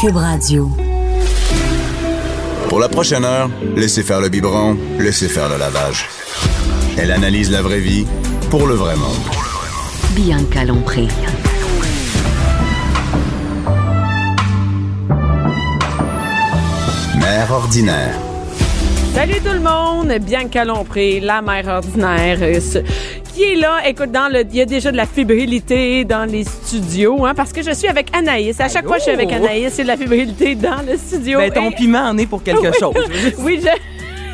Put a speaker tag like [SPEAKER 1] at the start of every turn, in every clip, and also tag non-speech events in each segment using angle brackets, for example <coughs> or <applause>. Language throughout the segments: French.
[SPEAKER 1] Cube Radio.
[SPEAKER 2] Pour la prochaine heure, laissez faire le biberon, laissez faire le lavage. Elle analyse la vraie vie pour le vrai monde.
[SPEAKER 1] Bianca Lompré.
[SPEAKER 2] Mère ordinaire.
[SPEAKER 3] Salut tout le monde, Bianca Lompré, la mère ordinaire, euh, ce- qui est là. Écoute, dans le, il y a déjà de la fébrilité dans les studios, hein, parce que je suis avec Anaïs. À chaque fois que je suis avec Anaïs, c'est de la fébrilité dans le studio.
[SPEAKER 4] Ben, ton
[SPEAKER 3] Et-
[SPEAKER 4] piment en est pour quelque
[SPEAKER 3] <laughs>
[SPEAKER 4] chose.
[SPEAKER 3] oui, je.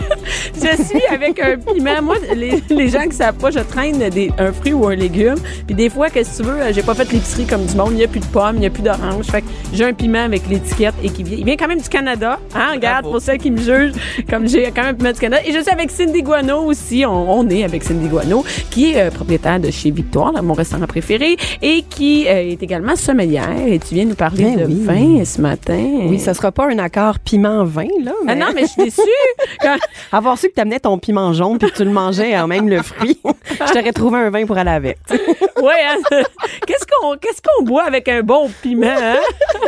[SPEAKER 3] <laughs> Je suis avec un piment. Moi, les, les gens qui savent pas, je traîne des, un fruit ou un légume. Puis des fois, qu'est-ce que tu veux, euh, j'ai pas fait l'épicerie comme du monde. Il n'y a plus de pommes, il n'y a plus d'oranges. Fait que j'ai un piment avec l'étiquette et qui vient. Il vient quand même du Canada. Hein, regarde, pour celles qui me jugent, comme j'ai quand même un piment du Canada. Et je suis avec Cindy Guano aussi. On, on est avec Cindy Guano, qui est euh, propriétaire de chez Victoire, là, mon restaurant préféré, et qui euh, est également sommelière. Et tu viens nous parler
[SPEAKER 5] Ben
[SPEAKER 3] de
[SPEAKER 5] oui.
[SPEAKER 3] vin ce matin.
[SPEAKER 5] Oui, ça sera pas un accord piment-vin, là. Mais
[SPEAKER 3] Ah non, mais je suis déçue.
[SPEAKER 5] <laughs>
[SPEAKER 3] Quand-
[SPEAKER 5] Avoir su que t'amenais ton piment jaune puis que tu le mangeais hein, même
[SPEAKER 3] <laughs>
[SPEAKER 5] le fruit, je t'aurais trouvé un vin pour aller avec.
[SPEAKER 3] Ouais, hein? <laughs> qu'est-ce qu'on qu'est-ce qu'on boit avec un bon piment hein?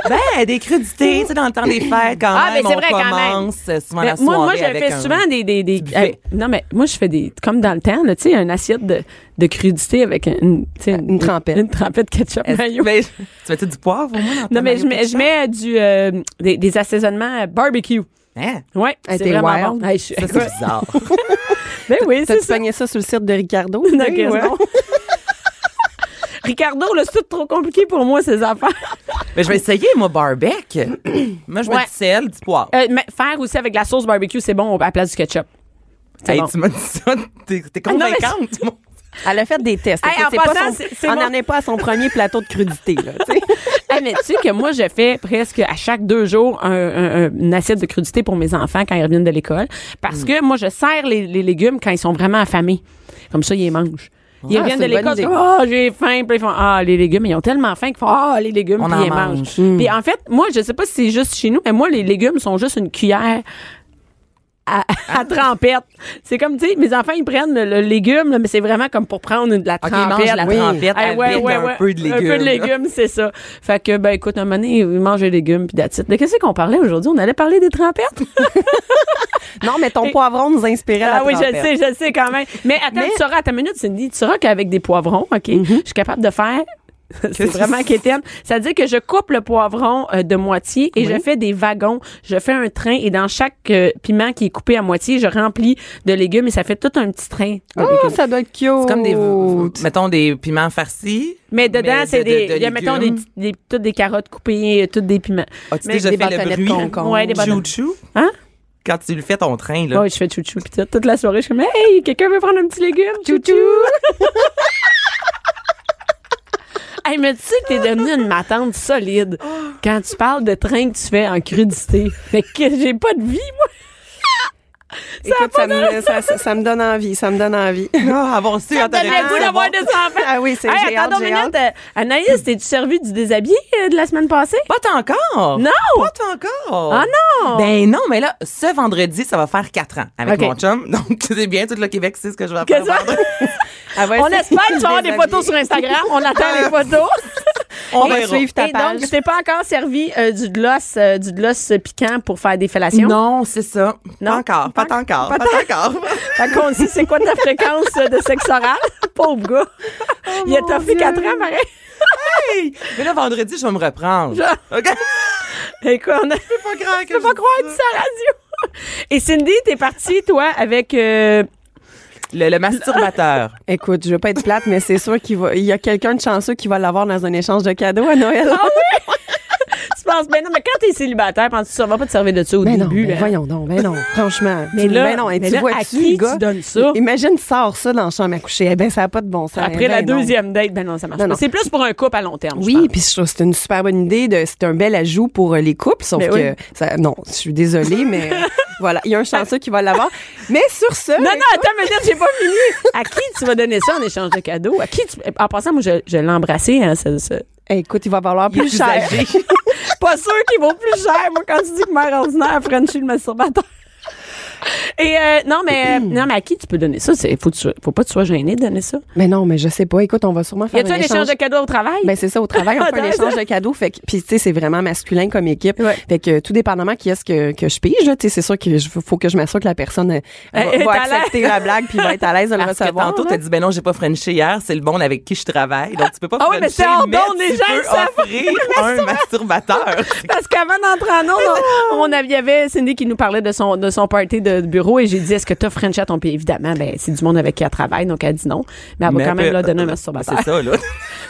[SPEAKER 4] ben, des crudités, tu sais, dans le temps des fêtes, quand
[SPEAKER 3] Ah,
[SPEAKER 4] même,
[SPEAKER 3] ben, c'est vrai,
[SPEAKER 4] on
[SPEAKER 3] quand
[SPEAKER 4] commence euh, souvent la
[SPEAKER 3] Ben, moi
[SPEAKER 4] soirée
[SPEAKER 3] moi je
[SPEAKER 4] avec
[SPEAKER 3] fais
[SPEAKER 4] un-
[SPEAKER 3] souvent des des, des-
[SPEAKER 4] buffet.
[SPEAKER 3] euh, non mais moi je fais des comme dans le temps là, tu sais une assiette de, de crudité avec une tu sais,
[SPEAKER 5] Une trempette.
[SPEAKER 3] une trempette ketchup
[SPEAKER 4] Est-ce-
[SPEAKER 3] mayo.
[SPEAKER 4] ben, tu mets-tu du poivre au moins dans ton
[SPEAKER 3] Non mais je
[SPEAKER 4] mayo
[SPEAKER 3] mets, je
[SPEAKER 4] ketchup?
[SPEAKER 3] mets euh, du euh, des, des assaisonnements euh, barbecue.
[SPEAKER 4] Hein?
[SPEAKER 3] Ouais,
[SPEAKER 5] Hey,
[SPEAKER 3] c'est
[SPEAKER 5] t'es
[SPEAKER 3] vraiment
[SPEAKER 5] wild.
[SPEAKER 3] bon. Hey, je suis-
[SPEAKER 4] Ça,
[SPEAKER 3] <laughs>
[SPEAKER 4] c'est bizarre.
[SPEAKER 3] ben oui, c'est
[SPEAKER 5] T'as-tu
[SPEAKER 3] ça.
[SPEAKER 5] pogné ça sur le site de Ricardo?
[SPEAKER 3] Non,
[SPEAKER 5] Oui, ouais.
[SPEAKER 3] quasiment. Ricardo, là, c'est tout trop compliqué pour moi ces
[SPEAKER 4] <laughs>
[SPEAKER 3] affaires.
[SPEAKER 4] Mais je vais essayer,
[SPEAKER 3] <clears throat>
[SPEAKER 4] moi, barbecue. moi, je mets
[SPEAKER 3] Ouais.
[SPEAKER 4] du sel, du poivre.
[SPEAKER 3] Euh, mais faire aussi avec la sauce barbecue, c'est bon à la place du ketchup. C'est
[SPEAKER 4] Hey,
[SPEAKER 3] bon.
[SPEAKER 4] tu m'as dit ça, t'es t'es
[SPEAKER 3] Ah, non, mais-
[SPEAKER 4] convaincante. moi.
[SPEAKER 5] Elle a fait des tests.
[SPEAKER 3] Hey,
[SPEAKER 5] Écoute,
[SPEAKER 3] en
[SPEAKER 5] c'est pas
[SPEAKER 3] passant,
[SPEAKER 5] son-
[SPEAKER 3] c'est- c'est
[SPEAKER 5] on
[SPEAKER 3] mon-
[SPEAKER 5] n'en est pas à son premier plateau de crudité, là,
[SPEAKER 3] <laughs>
[SPEAKER 5] tu sais.
[SPEAKER 3] Ah, mais tu sais que moi, je fais presque à chaque deux jours un, un- un- une assiette de crudité pour mes enfants quand ils reviennent de l'école. Parce que moi, je serre les, les légumes quand ils sont vraiment affamés. Comme ça, ils les mangent. Ils
[SPEAKER 5] Ah,
[SPEAKER 3] reviennent de
[SPEAKER 5] c'est une
[SPEAKER 3] l'école,
[SPEAKER 5] bonne idée.
[SPEAKER 3] ils font, ah, j'ai faim, puis ils font, ah, les légumes, ils ont tellement faim qu'ils font, ah, les légumes,
[SPEAKER 4] On
[SPEAKER 3] puis
[SPEAKER 4] en
[SPEAKER 3] ils les mangent.
[SPEAKER 4] mange.
[SPEAKER 5] Hmm.
[SPEAKER 3] Puis en fait, moi, je sais pas si c'est juste chez nous, mais moi, les légumes sont juste une cuillère à, <laughs> à trempette. C'est comme, tu sais, mes enfants, ils prennent le, le légume, là, mais c'est vraiment comme pour prendre de la
[SPEAKER 4] OK,
[SPEAKER 3] trempette.
[SPEAKER 4] mange la
[SPEAKER 3] Oui.
[SPEAKER 4] trempette
[SPEAKER 3] Ah, ouais,
[SPEAKER 4] avec
[SPEAKER 3] ouais,
[SPEAKER 4] un
[SPEAKER 3] ouais.
[SPEAKER 4] peu de
[SPEAKER 3] Un peu de
[SPEAKER 4] légumes.
[SPEAKER 3] légumes, c'est ça. Fait que, ben, écoute, à un moment donné, mange les légumes, puis that's it. De qu'est-ce qu'on parlait aujourd'hui? On allait parler des trempettes?
[SPEAKER 5] Non, mais ton poivron nous inspirait à la
[SPEAKER 3] ah oui, je le
[SPEAKER 5] trempette.
[SPEAKER 3] sais, je le sais quand même. Mais attends,
[SPEAKER 5] Mais-
[SPEAKER 3] tu sauras, à ta minute, Cindy, tu sauras qu'avec des poivrons, OK, je suis capable de faire... C'est
[SPEAKER 4] Qu'est-ce que
[SPEAKER 3] vraiment
[SPEAKER 4] c'est?
[SPEAKER 3] quétaine. Ça veut dire que je coupe le poivron euh, de moitié et je fais des wagons. Je fais un train et dans chaque euh, piment qui est coupé à moitié, je remplis de légumes et ça fait tout un petit train. de
[SPEAKER 5] Oh,
[SPEAKER 3] légumes.
[SPEAKER 5] ça doit être cute.
[SPEAKER 4] C'est comme des, mettons, des piments farcis.
[SPEAKER 3] Mais dedans,
[SPEAKER 4] Mais
[SPEAKER 3] c'est
[SPEAKER 4] de-
[SPEAKER 3] des,
[SPEAKER 4] de- de
[SPEAKER 3] il y a, mettons, des,
[SPEAKER 4] légumes.
[SPEAKER 3] petits- des- toutes des carottes coupées, euh, toutes des piments.
[SPEAKER 4] As-tu
[SPEAKER 3] Mais
[SPEAKER 4] déjà
[SPEAKER 5] des
[SPEAKER 4] fait le
[SPEAKER 5] bâtonnets de
[SPEAKER 4] bruit?
[SPEAKER 5] concombre.
[SPEAKER 3] Ouais, des bâtonnets.
[SPEAKER 4] Chou-chou?
[SPEAKER 3] Hein?
[SPEAKER 4] Quand tu le fais ton train, là.
[SPEAKER 3] Ouais, je fais chouchou. Puis toute toute la soirée, je suis comme, hey, quelqu'un veut prendre un petit légume? Chouchou! <laughs> hey, mais tu sais que t'es devenue une matante solide quand tu parles de train que tu fais en crudité. <laughs> Fait que j'ai pas de vie, moi.
[SPEAKER 5] Écoute, ça, me, ça, ça- ça me donne envie, ça me donne envie.
[SPEAKER 4] Ah, avoir su,
[SPEAKER 3] T'as
[SPEAKER 4] Antoinette,
[SPEAKER 3] le goût
[SPEAKER 4] c'est
[SPEAKER 3] d'avoir
[SPEAKER 4] bon.
[SPEAKER 3] des enfants.
[SPEAKER 5] Ah oui, c'est
[SPEAKER 3] hey,
[SPEAKER 5] j'ai
[SPEAKER 3] attends
[SPEAKER 5] hâte,
[SPEAKER 3] deux
[SPEAKER 5] j'ai
[SPEAKER 3] minutes.
[SPEAKER 5] hâte.
[SPEAKER 3] euh, Anaïs, t'es-tu servi du déshabillé euh, de la semaine passée?
[SPEAKER 4] Pas tant encore!
[SPEAKER 3] Non!
[SPEAKER 4] Pas tant encore!
[SPEAKER 3] Ah non!
[SPEAKER 4] Ben non, mais là, ce vendredi, ça va faire 4 ans avec
[SPEAKER 3] Ok.
[SPEAKER 4] mon chum. <laughs> Donc, c'est bien, tout le Québec sait ce que je vais
[SPEAKER 3] Que
[SPEAKER 4] faire.
[SPEAKER 3] ça-
[SPEAKER 4] vendredi.
[SPEAKER 3] <laughs>
[SPEAKER 5] Elle va
[SPEAKER 3] On
[SPEAKER 5] essayer
[SPEAKER 3] espère que tu vas avoir
[SPEAKER 5] de
[SPEAKER 3] des photos sur Instagram. On attend les
[SPEAKER 5] <laughs>
[SPEAKER 3] photos.
[SPEAKER 4] On
[SPEAKER 5] Et
[SPEAKER 4] verra.
[SPEAKER 5] suivre ta
[SPEAKER 3] Et
[SPEAKER 5] page.
[SPEAKER 3] donc, tu t'es pas encore servi euh, du gloss, euh, du gloss piquant pour faire des fellations?
[SPEAKER 4] Non, c'est ça.
[SPEAKER 3] Non.
[SPEAKER 4] Pas encore, pas
[SPEAKER 3] Pas-
[SPEAKER 4] encore,
[SPEAKER 3] pas
[SPEAKER 4] pas,
[SPEAKER 3] <laughs>
[SPEAKER 4] encore.
[SPEAKER 3] Fait qu'on dit, c'est quoi ta fréquence euh, de sexe oral? <laughs> Pauvre gars.
[SPEAKER 5] Oh
[SPEAKER 3] Il a
[SPEAKER 4] mon
[SPEAKER 3] toffé
[SPEAKER 4] Dieu.
[SPEAKER 3] 4 ans, pareil.
[SPEAKER 4] Hey! Mais là, vendredi, je vais me reprendre. <laughs> OK?
[SPEAKER 3] Écoute, on a...
[SPEAKER 4] C'est pas grave que
[SPEAKER 3] Je peux pas
[SPEAKER 4] je-
[SPEAKER 3] croire que ça radio. Et Cindy, t'es partie, toi, avec... euh,
[SPEAKER 4] Le, le
[SPEAKER 3] <laughs>
[SPEAKER 4] masturbateur.
[SPEAKER 5] Écoute, je veux pas être plate, mais c'est sûr qu'il va, il y a quelqu'un de chanceux qui va l'avoir dans un échange de cadeaux à Noël.
[SPEAKER 3] C'est penses, ben non, mais quand t'es célibataire, penses-tu ça va pas te servir de ça au
[SPEAKER 5] Mais non,
[SPEAKER 3] début?
[SPEAKER 5] ben
[SPEAKER 3] hein?
[SPEAKER 5] voyons
[SPEAKER 3] <laughs>
[SPEAKER 5] donc, ben non, franchement.
[SPEAKER 3] Mais
[SPEAKER 5] Tu-
[SPEAKER 3] là-
[SPEAKER 5] ben non, et
[SPEAKER 3] mais
[SPEAKER 5] tu
[SPEAKER 3] là,
[SPEAKER 5] vois
[SPEAKER 3] à qui tu
[SPEAKER 5] gars,
[SPEAKER 3] donnes ça?
[SPEAKER 5] Imagine, sors ça dans la chambre à coucher. Eh ben, ça n'a pas de bon sens.
[SPEAKER 3] Après
[SPEAKER 5] Eh
[SPEAKER 3] la
[SPEAKER 5] ben non.
[SPEAKER 3] deuxième date, ben non, ça marche
[SPEAKER 5] Non,
[SPEAKER 3] pas.
[SPEAKER 5] non.
[SPEAKER 3] C'est plus pour un couple à long terme. je
[SPEAKER 5] Oui,
[SPEAKER 3] pense.
[SPEAKER 5] puis je trouve que c'est une super bonne idée. De, c'est un bel ajout pour euh, les couples, sauf
[SPEAKER 3] Mais oui.
[SPEAKER 5] que ça, non, je
[SPEAKER 3] <laughs>
[SPEAKER 5] suis désolée, mais euh, voilà, il y a un chanceux qui va l'avoir. Mais sur ce,
[SPEAKER 3] Non, non, attends, mais j'ai pas fini. À qui tu vas donner ça en échange de cadeaux? À qui tu... En passant, moi, je, je l'ai embrassé, hein, ce- ce-
[SPEAKER 5] eh, écoute, il va valoir plus,
[SPEAKER 3] plus
[SPEAKER 5] cher.
[SPEAKER 3] <laughs> âgé. pas sûr qu'il vaut plus cher, moi, quand tu dis que mère ordinaire, Frenchie, le masturbateur. Et euh, non, mais euh, non, mais à qui tu peux donner ça? C'est, faut, que tu sois- faut pas que tu sois gêné de donner ça.
[SPEAKER 5] Mais non, mais je sais pas. Écoute, on va sûrement
[SPEAKER 3] Y
[SPEAKER 5] faire
[SPEAKER 3] a-tu un échange... de cadeaux au travail?
[SPEAKER 5] Ben c'est ça
[SPEAKER 3] <laughs>
[SPEAKER 5] au travail, on fait un
[SPEAKER 3] Attends,
[SPEAKER 5] échange de cadeaux. Fait que puis tu sais c'est vraiment masculin comme équipe.
[SPEAKER 3] Ouais.
[SPEAKER 5] Fait que tout dépendamment qui est-ce que, que je pige, là, tu sais c'est sûr que je, faut que je m'assure que la personne euh,
[SPEAKER 3] Elle est
[SPEAKER 5] va, va
[SPEAKER 3] à l'aise.
[SPEAKER 5] accepter la blague puis va
[SPEAKER 3] <laughs>
[SPEAKER 5] être à l'aise de le
[SPEAKER 4] Parce que
[SPEAKER 5] recevoir.
[SPEAKER 4] tantôt,
[SPEAKER 5] là.
[SPEAKER 4] t'as dit, ben non, j'ai pas Frenché hier, c'est le bon avec qui je travaille, donc tu peux pas
[SPEAKER 3] Ah oui, mais
[SPEAKER 4] Frencher,
[SPEAKER 3] c'est hors
[SPEAKER 4] mais
[SPEAKER 3] d'onde, les
[SPEAKER 4] tu
[SPEAKER 3] gens,
[SPEAKER 4] peux
[SPEAKER 3] ils savent.
[SPEAKER 4] offrir un
[SPEAKER 3] <laughs>
[SPEAKER 4] masturbateur.
[SPEAKER 3] Parce qu'avant d'entrer en onde, on, on avait, il y avait Cindy qui nous parlait de son, de son party de bureau et j'ai dit, est-ce que t'as French à ton pays? Évidemment, ben, c'est du monde avec qui elle travaille, donc elle dit non. Mais elle va
[SPEAKER 4] Mais
[SPEAKER 3] quand même,
[SPEAKER 4] après- euh,
[SPEAKER 3] là, donner un masturbateur.
[SPEAKER 4] C'est ça, là.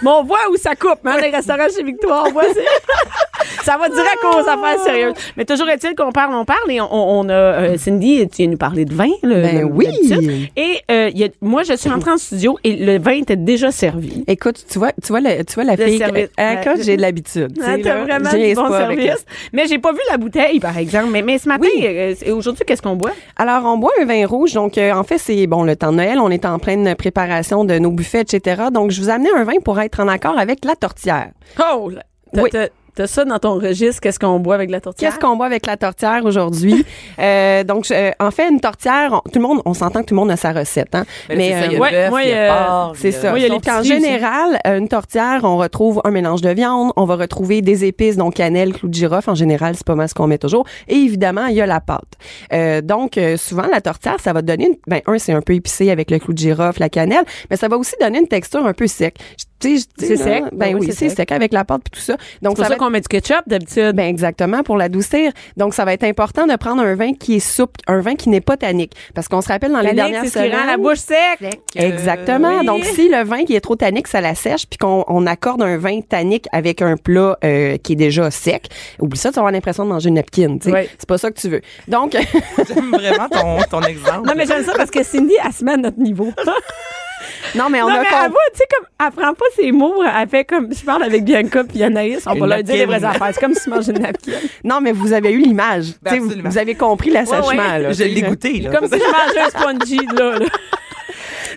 [SPEAKER 3] Mais on voit où ça coupe, hein, les restaurants chez Victoire. On voit, c'est- <laughs> ça va direct aux affaires sérieuses. Mais toujours est-il qu'on parle, on parle et on, on- on a, euh, Cindy, tu viens nous parler de vin, le,
[SPEAKER 5] Ben
[SPEAKER 3] le-
[SPEAKER 5] oui.
[SPEAKER 3] d'habitude. Et, euh, il y a- moi, je suis entrée en studio et le vin était déjà servi.
[SPEAKER 5] Écoute, tu vois, tu vois, le- tu vois la
[SPEAKER 3] Le
[SPEAKER 5] fille.
[SPEAKER 3] service.
[SPEAKER 5] euh, quand
[SPEAKER 3] Ouais.
[SPEAKER 5] j'ai de l'habitude. tu
[SPEAKER 3] Ah,
[SPEAKER 5] sais,
[SPEAKER 3] t'as
[SPEAKER 5] là,
[SPEAKER 3] vraiment
[SPEAKER 5] je
[SPEAKER 3] du
[SPEAKER 5] niaise
[SPEAKER 3] bon
[SPEAKER 5] pas avec
[SPEAKER 3] service. Mais j'ai pas vu la bouteille, par exemple. Mais, mais ce matin, euh, euh, aujourd'hui, qu'est-ce qu'on boit?
[SPEAKER 5] Alors, on boit un vin rouge. Donc, euh, en fait, c'est bon le temps de Noël. On est en pleine préparation de nos buffets, etc. Donc, je vous amenais un vin pour être en accord avec la tortillère.
[SPEAKER 3] Oh! là, T'as,
[SPEAKER 5] Oui.
[SPEAKER 3] t'as- t'as ça dans ton registre, qu'est-ce qu'on boit avec de la tortilla?
[SPEAKER 5] Qu'est-ce qu'on boit avec la tortière
[SPEAKER 3] <laughs>
[SPEAKER 5] aujourd'hui? Euh, donc, je- euh, en fait, une tortière, on- tout le monde, on s'entend que tout le monde a sa recette. Hein?
[SPEAKER 3] Ben
[SPEAKER 4] Mais c'est ça, il y a
[SPEAKER 3] ouais,
[SPEAKER 4] bœuf,
[SPEAKER 3] moi,
[SPEAKER 4] il y
[SPEAKER 3] euh,
[SPEAKER 4] a porc.
[SPEAKER 5] C'est
[SPEAKER 4] il y a-
[SPEAKER 5] ça.
[SPEAKER 3] Oui, il y a
[SPEAKER 5] Sauf
[SPEAKER 3] les
[SPEAKER 5] qu'en
[SPEAKER 3] petits aussi.
[SPEAKER 5] général, euh, une tortière, on retrouve un mélange de viande, on va retrouver des épices, donc cannelle, clou de girofle. En général, c'est pas mal ce qu'on met toujours. Et évidemment, il y a la pâte. Euh, donc, euh, souvent, la tortière, ça va donner, une, ben, un, c'est un peu épicé avec le clou de girofle, la cannelle, mais ça va aussi donner une texture un peu sec. Tu sais, je- tu sais,
[SPEAKER 3] C'est
[SPEAKER 5] là,
[SPEAKER 3] sec.
[SPEAKER 5] Ben oui, c'est sec avec la pâte puis tout ça. Donc,
[SPEAKER 3] C'est pour
[SPEAKER 5] ça
[SPEAKER 3] ça
[SPEAKER 5] va
[SPEAKER 3] qu'on met du ketchup d'habitude.
[SPEAKER 5] ben exactement pour l'adoucir. Donc ça va être important de prendre un vin qui est souple, un vin qui n'est pas tannique parce qu'on se rappelle dans les
[SPEAKER 3] Tannique,
[SPEAKER 5] dernières
[SPEAKER 3] c'est ce qui rend
[SPEAKER 5] semaines
[SPEAKER 3] la bouche sec.
[SPEAKER 5] Exactement.
[SPEAKER 3] oui.
[SPEAKER 5] Donc, si le vin qui est trop tannique, ça la sèche, puis qu'on on accorde un vin tannique avec un plat euh, qui est déjà sec, oublie ça, tu vas avoir l'impression de manger une napkin. tu sais.
[SPEAKER 3] Oui.
[SPEAKER 5] C'est pas ça que tu veux. Donc, <laughs>
[SPEAKER 4] J'aime vraiment ton, ton exemple.
[SPEAKER 3] Non, mais j'aime ça parce que Cindy, elle se met à notre
[SPEAKER 4] <laughs>
[SPEAKER 3] niveau.
[SPEAKER 5] non, mais on
[SPEAKER 3] non,
[SPEAKER 5] a
[SPEAKER 3] mais
[SPEAKER 5] compris.
[SPEAKER 3] elle va, tu sais, comme, elle prend pas ses mots, elle fait comme, je parle avec Bianca puis Anaïs, on
[SPEAKER 4] Une
[SPEAKER 3] va leur dire les
[SPEAKER 4] napkin.
[SPEAKER 3] vraies affaires. C'est comme si tu mangeais une
[SPEAKER 4] <laughs>
[SPEAKER 3] napkin.
[SPEAKER 5] Non, mais vous avez eu l'image.
[SPEAKER 4] Ben,
[SPEAKER 5] Tu sais, vous,
[SPEAKER 4] absolument.
[SPEAKER 5] vous avez compris l'assèchement.
[SPEAKER 3] Ouais, ouais.
[SPEAKER 5] là.
[SPEAKER 4] Je l'ai goûté, là.
[SPEAKER 3] Comme si je mangeais un spongy, là. là.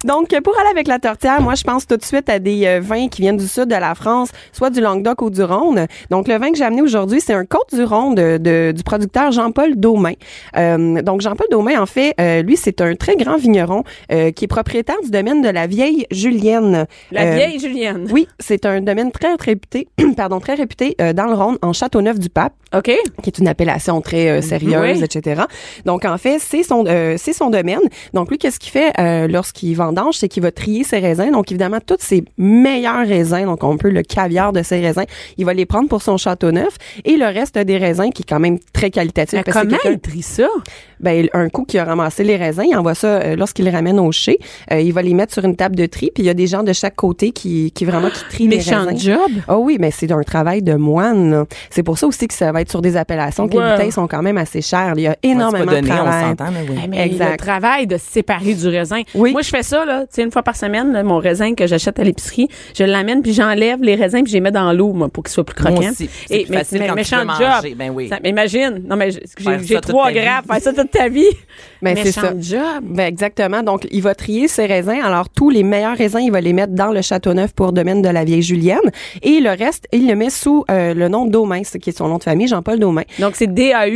[SPEAKER 5] Donc, pour aller avec la tortillère, moi, je pense tout de suite à des euh, vins qui viennent du sud de la France, soit du Languedoc ou du Rhône. Donc, le vin que j'ai amené aujourd'hui, c'est un Côte du Rhône de- de- du producteur Jean-Paul Daumain. Euh, donc, Jean-Paul Daumain, en fait, euh, lui, c'est un très grand vigneron euh, qui est propriétaire du domaine de la Vieille Julienne.
[SPEAKER 3] La
[SPEAKER 5] Euh,
[SPEAKER 3] vieille Julienne.
[SPEAKER 5] Oui, c'est un domaine très réputé, <clears throat> pardon, très réputé euh, dans le Rhône, en Châteauneuf-du-Pape
[SPEAKER 3] OK?
[SPEAKER 5] qui est une appellation très euh, sérieuse,
[SPEAKER 3] Mhm. Oui.
[SPEAKER 5] etc. Donc, en fait, c'est son, euh, c'est son domaine. Donc, lui, qu'est-ce qu'il fait euh, lorsqu'il vendange? C'est qu'il va trier ses raisins. Donc, évidemment, tous ses meilleurs raisins, donc on peut le caviar de ses raisins, il va les prendre pour son château neuf et le reste des raisins qui est quand même très qualitatif.
[SPEAKER 3] Mais
[SPEAKER 5] parce que
[SPEAKER 3] comment
[SPEAKER 5] c'est quelqu'un-
[SPEAKER 3] elle trie ça?
[SPEAKER 5] ben, un coup qui a ramassé les raisins, il envoie ça euh, lorsqu'il les ramène au chai. euh, il va les mettre sur une table de tri, puis il y a des gens de chaque côté qui, qui vraiment qui trient les
[SPEAKER 3] Méchant
[SPEAKER 5] raisins.
[SPEAKER 3] job.
[SPEAKER 5] Ah oui, mais c'est un travail de moine. là. C'est pour ça aussi que ça va être sur des appellations que
[SPEAKER 3] Ouais.
[SPEAKER 5] les bouteilles sont quand même assez chères. Il y a
[SPEAKER 4] Non,
[SPEAKER 5] énormément
[SPEAKER 4] mais donné,
[SPEAKER 5] de
[SPEAKER 4] on
[SPEAKER 5] travail.
[SPEAKER 4] s'entend, mais oui.
[SPEAKER 3] Eh, mais
[SPEAKER 5] Exact.
[SPEAKER 3] le travail de se séparer du raisin.
[SPEAKER 5] Oui.
[SPEAKER 3] Moi, je fais ça, là, tu sais, une fois par semaine, là, mon raisin que j'achète à l'épicerie, je l'amène, puis j'enlève les raisins, puis je les mets dans l'eau, moi, pour qu'ils soient plus croquants.
[SPEAKER 4] Moi aussi, puis c'est
[SPEAKER 3] Et-
[SPEAKER 4] plus facile quand tu
[SPEAKER 3] méchant
[SPEAKER 4] veux manger, ben oui.
[SPEAKER 3] Ça- mais imagine, non, mais j'ai-
[SPEAKER 4] Faire
[SPEAKER 3] j'ai j'ai
[SPEAKER 4] ça toute
[SPEAKER 3] trois
[SPEAKER 4] ta vie.
[SPEAKER 3] grappes, faire ça toute ta vie.
[SPEAKER 5] Ben, c'est
[SPEAKER 3] méchant
[SPEAKER 5] ça.
[SPEAKER 3] job.
[SPEAKER 5] Ben, exactement. Donc, il va trier ses raisins. Alors, tous les meilleurs raisins, il va les mettre dans le Châteauneuf pour domaine de la vieille Julienne. Et le reste, il le met sous euh, le nom de Domain, ce qui est son nom de famille, Jean-Paul Domain.
[SPEAKER 3] Donc, c'est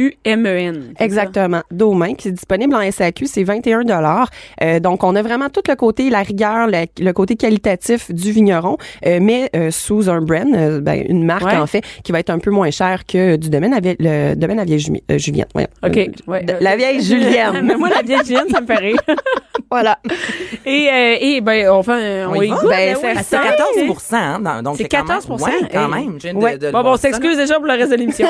[SPEAKER 3] D-A-U-M-E-N. c'est ça?
[SPEAKER 5] Exactement. Domain, qui est disponible en SAQ, c'est 21 Euh, Donc, on a vraiment tout le côté, la rigueur, la- le côté qualitatif du vigneron, euh, mais euh, sous un brand, euh, ben, une marque,
[SPEAKER 3] Ouais.
[SPEAKER 5] en fait, qui va être un peu moins cher que du domaine à vie- le domaine à vieille Jumi- euh, Julienne. Voyons.
[SPEAKER 3] OK.
[SPEAKER 5] Euh,
[SPEAKER 3] ouais,
[SPEAKER 5] de-
[SPEAKER 3] euh,
[SPEAKER 5] La
[SPEAKER 3] <laughs>
[SPEAKER 5] vieille Julienne.
[SPEAKER 3] Mais moi, la vieille Julienne, ça me fait rire.
[SPEAKER 5] voilà.
[SPEAKER 3] Et, euh, et ben, on fait, un- on,
[SPEAKER 4] On y va?
[SPEAKER 3] goûte,
[SPEAKER 5] Ben,
[SPEAKER 3] ben oui,
[SPEAKER 5] c'est-
[SPEAKER 3] ça
[SPEAKER 4] C'est
[SPEAKER 3] sent.
[SPEAKER 4] 14 hein, dans- donc
[SPEAKER 3] C'est
[SPEAKER 4] quand même-
[SPEAKER 3] 14
[SPEAKER 4] ouais, quand
[SPEAKER 3] hey.
[SPEAKER 4] même. je viens de-
[SPEAKER 5] Ouais.
[SPEAKER 4] de le
[SPEAKER 3] hein. Bon, bon, on
[SPEAKER 4] voir ça, là.
[SPEAKER 3] s'excuse déjà pour le reste de l'émission.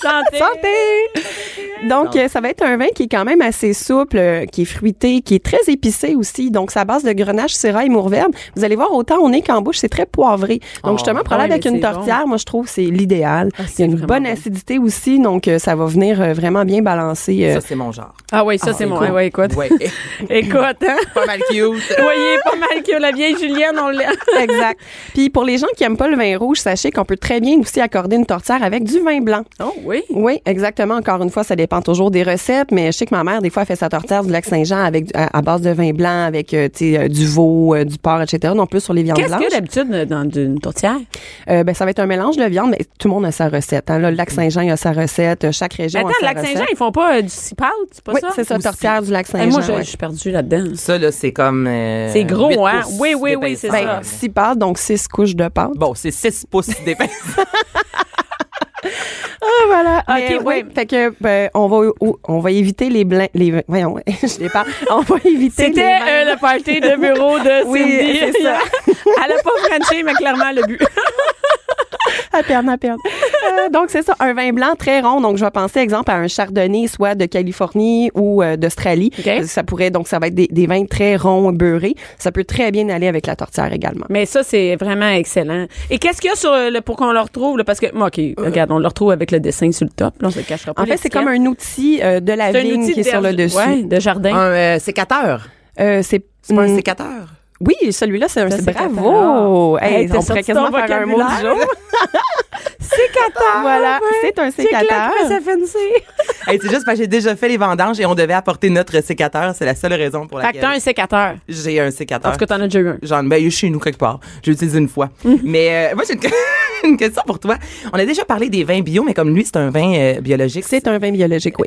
[SPEAKER 3] Santé!
[SPEAKER 5] Santé! Donc, euh, ça va être un vin qui est quand même assez souple, euh, qui est fruité, qui est très épicé aussi. Donc, sa base de grenache, syrah et mourvèdre. Vous allez voir, autant on est qu'en bouche, c'est très poivré. Donc,
[SPEAKER 3] Oh,
[SPEAKER 5] justement, prends
[SPEAKER 3] ah oui,
[SPEAKER 5] avec
[SPEAKER 3] mais
[SPEAKER 5] une
[SPEAKER 3] c'est bon.
[SPEAKER 5] tortillère, moi, je trouve que c'est l'idéal.
[SPEAKER 3] Ah,
[SPEAKER 5] Il y
[SPEAKER 3] c'est
[SPEAKER 5] a une
[SPEAKER 3] vraiment
[SPEAKER 5] bonne
[SPEAKER 3] bon.
[SPEAKER 5] acidité aussi, donc euh, ça va venir euh, vraiment bien balancer. euh,
[SPEAKER 4] Ça, c'est
[SPEAKER 3] <laughs>
[SPEAKER 4] mon genre.
[SPEAKER 3] Ah oui, ça,
[SPEAKER 4] Ah,
[SPEAKER 3] c'est mon.
[SPEAKER 4] cool.
[SPEAKER 3] ah ouais, écoute.
[SPEAKER 4] Ouais. <laughs>
[SPEAKER 3] Écoute, hein?
[SPEAKER 4] Pas mal cute.
[SPEAKER 3] Voyez, pas mal que la vieille Julienne, on l'a.
[SPEAKER 5] <laughs> exact. Puis pour les gens qui aiment pas le vin rouge, sachez qu'on peut très bien aussi accorder une tortière avec du vin blanc.
[SPEAKER 3] Oh oui.
[SPEAKER 5] Oui, exactement. Encore une fois, ça dépend toujours des recettes, mais je sais que ma mère, des fois, elle fait sa tortière du lac Saint-Jean avec du- à, à base de vin blanc, avec euh, tu sais, euh, du veau, euh, du porc, etc. Non plus sur les viandes
[SPEAKER 3] Qu'est-ce
[SPEAKER 5] blanches.
[SPEAKER 3] que d'habitude euh, dans une tourtière?
[SPEAKER 5] Euh, ben, ça va être un mélange de viande, mais tout le monde a sa recette. Hein. Là, le lac Saint-Jean il a sa recette, euh, chaque région
[SPEAKER 3] Mm. Attends,
[SPEAKER 5] a sa
[SPEAKER 3] Lac
[SPEAKER 5] recette.
[SPEAKER 3] Saint-Jean, ils font pas euh, du cipout, c'est pas
[SPEAKER 5] oui,
[SPEAKER 3] ça?
[SPEAKER 5] c'est ça,
[SPEAKER 3] Ou
[SPEAKER 5] tortière du lac
[SPEAKER 3] c'est- Eh,
[SPEAKER 5] Saint-Jean.
[SPEAKER 3] moi, je
[SPEAKER 5] ouais.
[SPEAKER 3] je suis perdue là-dedans.
[SPEAKER 4] Ça, là, c'est comme. euh,
[SPEAKER 3] C'est gros,
[SPEAKER 4] huit
[SPEAKER 3] hein?
[SPEAKER 4] pouces
[SPEAKER 3] Oui, oui, oui, c'est
[SPEAKER 4] d'épaisseur,
[SPEAKER 3] ça.
[SPEAKER 4] là.
[SPEAKER 5] Six pâtes, donc six couches de pâtes.
[SPEAKER 4] Bon, c'est 6 pouces d'épaisseur.
[SPEAKER 5] Ah, voilà.
[SPEAKER 3] Ok,
[SPEAKER 5] OK, oui.
[SPEAKER 3] ouais.
[SPEAKER 5] Fait que, ben, on va, au- on va éviter les blancs, les, voyons, <laughs> je les parle. On va éviter les
[SPEAKER 3] C'était
[SPEAKER 5] vins-
[SPEAKER 3] euh, le party de bureau de
[SPEAKER 5] <laughs> Oui,
[SPEAKER 3] Cindy.
[SPEAKER 5] c'est ça.
[SPEAKER 3] Elle a pas franchi, mais clairement, le but.
[SPEAKER 5] À perdre, à perdre. Euh, donc, c'est ça, un vin blanc très rond. Donc, je vais penser, exemple, à un chardonnay, soit de Californie ou euh, d'Australie.
[SPEAKER 3] OK.
[SPEAKER 5] Ça pourrait, donc, ça va être des, des vins très ronds, beurrés. Ça peut très bien aller avec la tortière également.
[SPEAKER 3] <laughs> Mais ça, c'est vraiment excellent. Et qu'est-ce qu'il y a sur euh, le, pour qu'on le retrouve? là? Parce que, moi, OK, regarde, on le retrouve avec le dessin sur le top. Là, on se le cachera pas.
[SPEAKER 5] Euh. En fait, c'est comme un outil euh, de la
[SPEAKER 3] C'est un
[SPEAKER 5] vigne
[SPEAKER 3] outil
[SPEAKER 5] qui est sur le
[SPEAKER 3] d'herbe-
[SPEAKER 5] dessus.
[SPEAKER 3] ouais, de jardin.
[SPEAKER 4] un euh, sécateur.
[SPEAKER 5] Euh, c'est
[SPEAKER 4] C'est pas un
[SPEAKER 3] Mm.
[SPEAKER 5] hum,
[SPEAKER 4] sécateur.
[SPEAKER 5] Oui, celui-là, c'est un.
[SPEAKER 3] C'est un sécateur.
[SPEAKER 5] Ah, Bravo!
[SPEAKER 3] Hey,
[SPEAKER 5] Hey,
[SPEAKER 3] t'as
[SPEAKER 5] on pourrait
[SPEAKER 3] sorti ton
[SPEAKER 5] quasiment faire un mot du
[SPEAKER 3] vocabulaire. Ah,
[SPEAKER 5] jour.
[SPEAKER 3] <laughs>
[SPEAKER 5] sécateur! Voilà, c'est un sécateur.
[SPEAKER 3] fancy.
[SPEAKER 4] Hey, c'est juste parce que j'ai déjà fait les vendanges et on devait apporter notre sécateur. C'est la seule raison pour
[SPEAKER 3] Fait que t'as un
[SPEAKER 4] laquelle
[SPEAKER 3] sécateur.
[SPEAKER 4] j'ai un sécateur.
[SPEAKER 3] En tout cas, t'en as déjà eu un.
[SPEAKER 4] J'en ben, il est chez nous quelque part. Je l'utilise une fois. mais euh, moi, j'ai une, <laughs> une question pour toi. On a déjà parlé des vins bio, mais comme lui, c'est un vin euh, biologique.
[SPEAKER 5] C'est un vin biologique, oui.